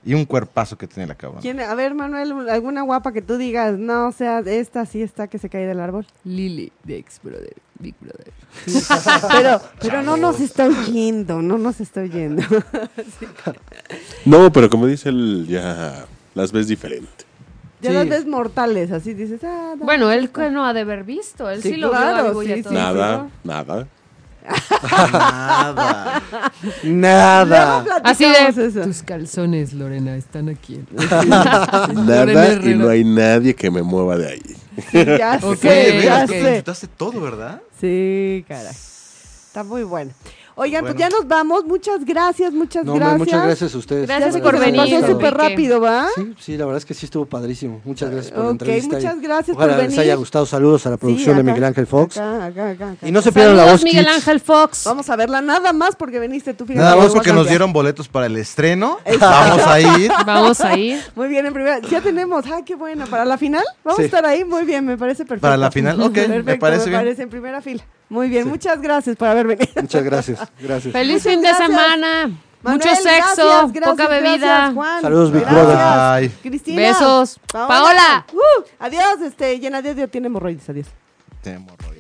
Speaker 5: Y un cuerpazo que tiene la cabrona.
Speaker 2: ¿Quién? A ver, Manuel, alguna guapa que tú digas, no, o sea, esta sí está que se cae del árbol.
Speaker 1: Lily, de Ex Brother, Big Brother.
Speaker 2: Pero, pero no nos está oyendo, no nos está oyendo.
Speaker 4: No, pero como dice él, ya las ves diferente.
Speaker 2: Ya
Speaker 6: Sí.
Speaker 2: las ves mortales, así dices, ah, no.
Speaker 1: Bueno, él que no ha de haber visto. Él sí,
Speaker 2: Sí,
Speaker 1: lo
Speaker 2: claro,
Speaker 1: vio a vivo y
Speaker 2: sí,
Speaker 1: a
Speaker 2: sí,
Speaker 1: todo.
Speaker 4: Nada, nada.
Speaker 2: Ah,
Speaker 5: Nada.
Speaker 6: Nada.
Speaker 2: Luego
Speaker 1: Así
Speaker 2: platicamos
Speaker 1: de,
Speaker 2: eso.
Speaker 1: tus calzones, Lorena, están aquí.
Speaker 4: Nada y no hay nadie que me mueva de ahí.
Speaker 2: Sí, ya sé,
Speaker 1: Ok,
Speaker 2: ya
Speaker 1: ok.
Speaker 2: sé.
Speaker 5: todo, ¿verdad?
Speaker 2: Sí, caray. Está muy bueno. Oigan, pues ya
Speaker 5: Bueno.
Speaker 2: nos vamos. Muchas gracias, muchas
Speaker 6: No, hombre,
Speaker 2: gracias.
Speaker 6: muchas gracias a ustedes.
Speaker 2: Ya
Speaker 1: Gracias
Speaker 2: sé
Speaker 6: La
Speaker 2: que
Speaker 1: por
Speaker 2: se
Speaker 6: verdad es
Speaker 2: nos
Speaker 6: que
Speaker 1: venir.
Speaker 2: Pasó
Speaker 6: estuvo
Speaker 2: súper
Speaker 1: Enrique.
Speaker 2: rápido, ¿va?
Speaker 6: Sí, sí, la verdad es que sí estuvo padrísimo. Muchas gracias por la
Speaker 2: ¿ah? Ok,
Speaker 6: entrevista. y
Speaker 2: muchas gracias por
Speaker 6: Ojalá les
Speaker 2: venir.
Speaker 6: haya gustado. Saludos a la producción de
Speaker 2: acá,
Speaker 6: Miguel Ángel Fox.
Speaker 2: Acá, acá, acá, acá.
Speaker 6: Y no se pierdan la
Speaker 1: Saludos,
Speaker 6: voz.
Speaker 1: Miguel
Speaker 6: Kids.
Speaker 1: Ángel Fox.
Speaker 2: Vamos a verla nada más porque viniste tú, fíjate.
Speaker 5: Nada
Speaker 2: lo
Speaker 5: más
Speaker 2: voy a
Speaker 5: porque nos
Speaker 2: cambiar.
Speaker 5: dieron boletos para el estreno. Vamos a ir.
Speaker 1: Vamos a ir.
Speaker 2: Muy bien, en primera. Ya tenemos. Ah, qué bueno. ¿Para la final? Vamos
Speaker 6: Sí.
Speaker 2: a estar ahí. Muy bien, me parece perfecto.
Speaker 5: Para la final, ok, me
Speaker 2: Perfecto,
Speaker 5: parece bien.
Speaker 2: en primera fila. Muy bien, muchas gracias por haber venido.
Speaker 6: Muchas gracias. Gracias.
Speaker 1: Feliz
Speaker 2: Muchas
Speaker 1: fin de
Speaker 2: gracias.
Speaker 1: semana. Mucho
Speaker 2: Manuel,
Speaker 1: sexo,
Speaker 2: gracias, gracias,
Speaker 1: poca
Speaker 2: gracias,
Speaker 1: bebida.
Speaker 2: Juan.
Speaker 6: Saludos, Big
Speaker 2: Gracias.
Speaker 6: Brother.
Speaker 5: Bye.
Speaker 2: Cristina.
Speaker 1: Besos. Paola.
Speaker 2: Uh, adiós, este, llena de odio, tiene hemorroides. Adiós.
Speaker 5: Te morro.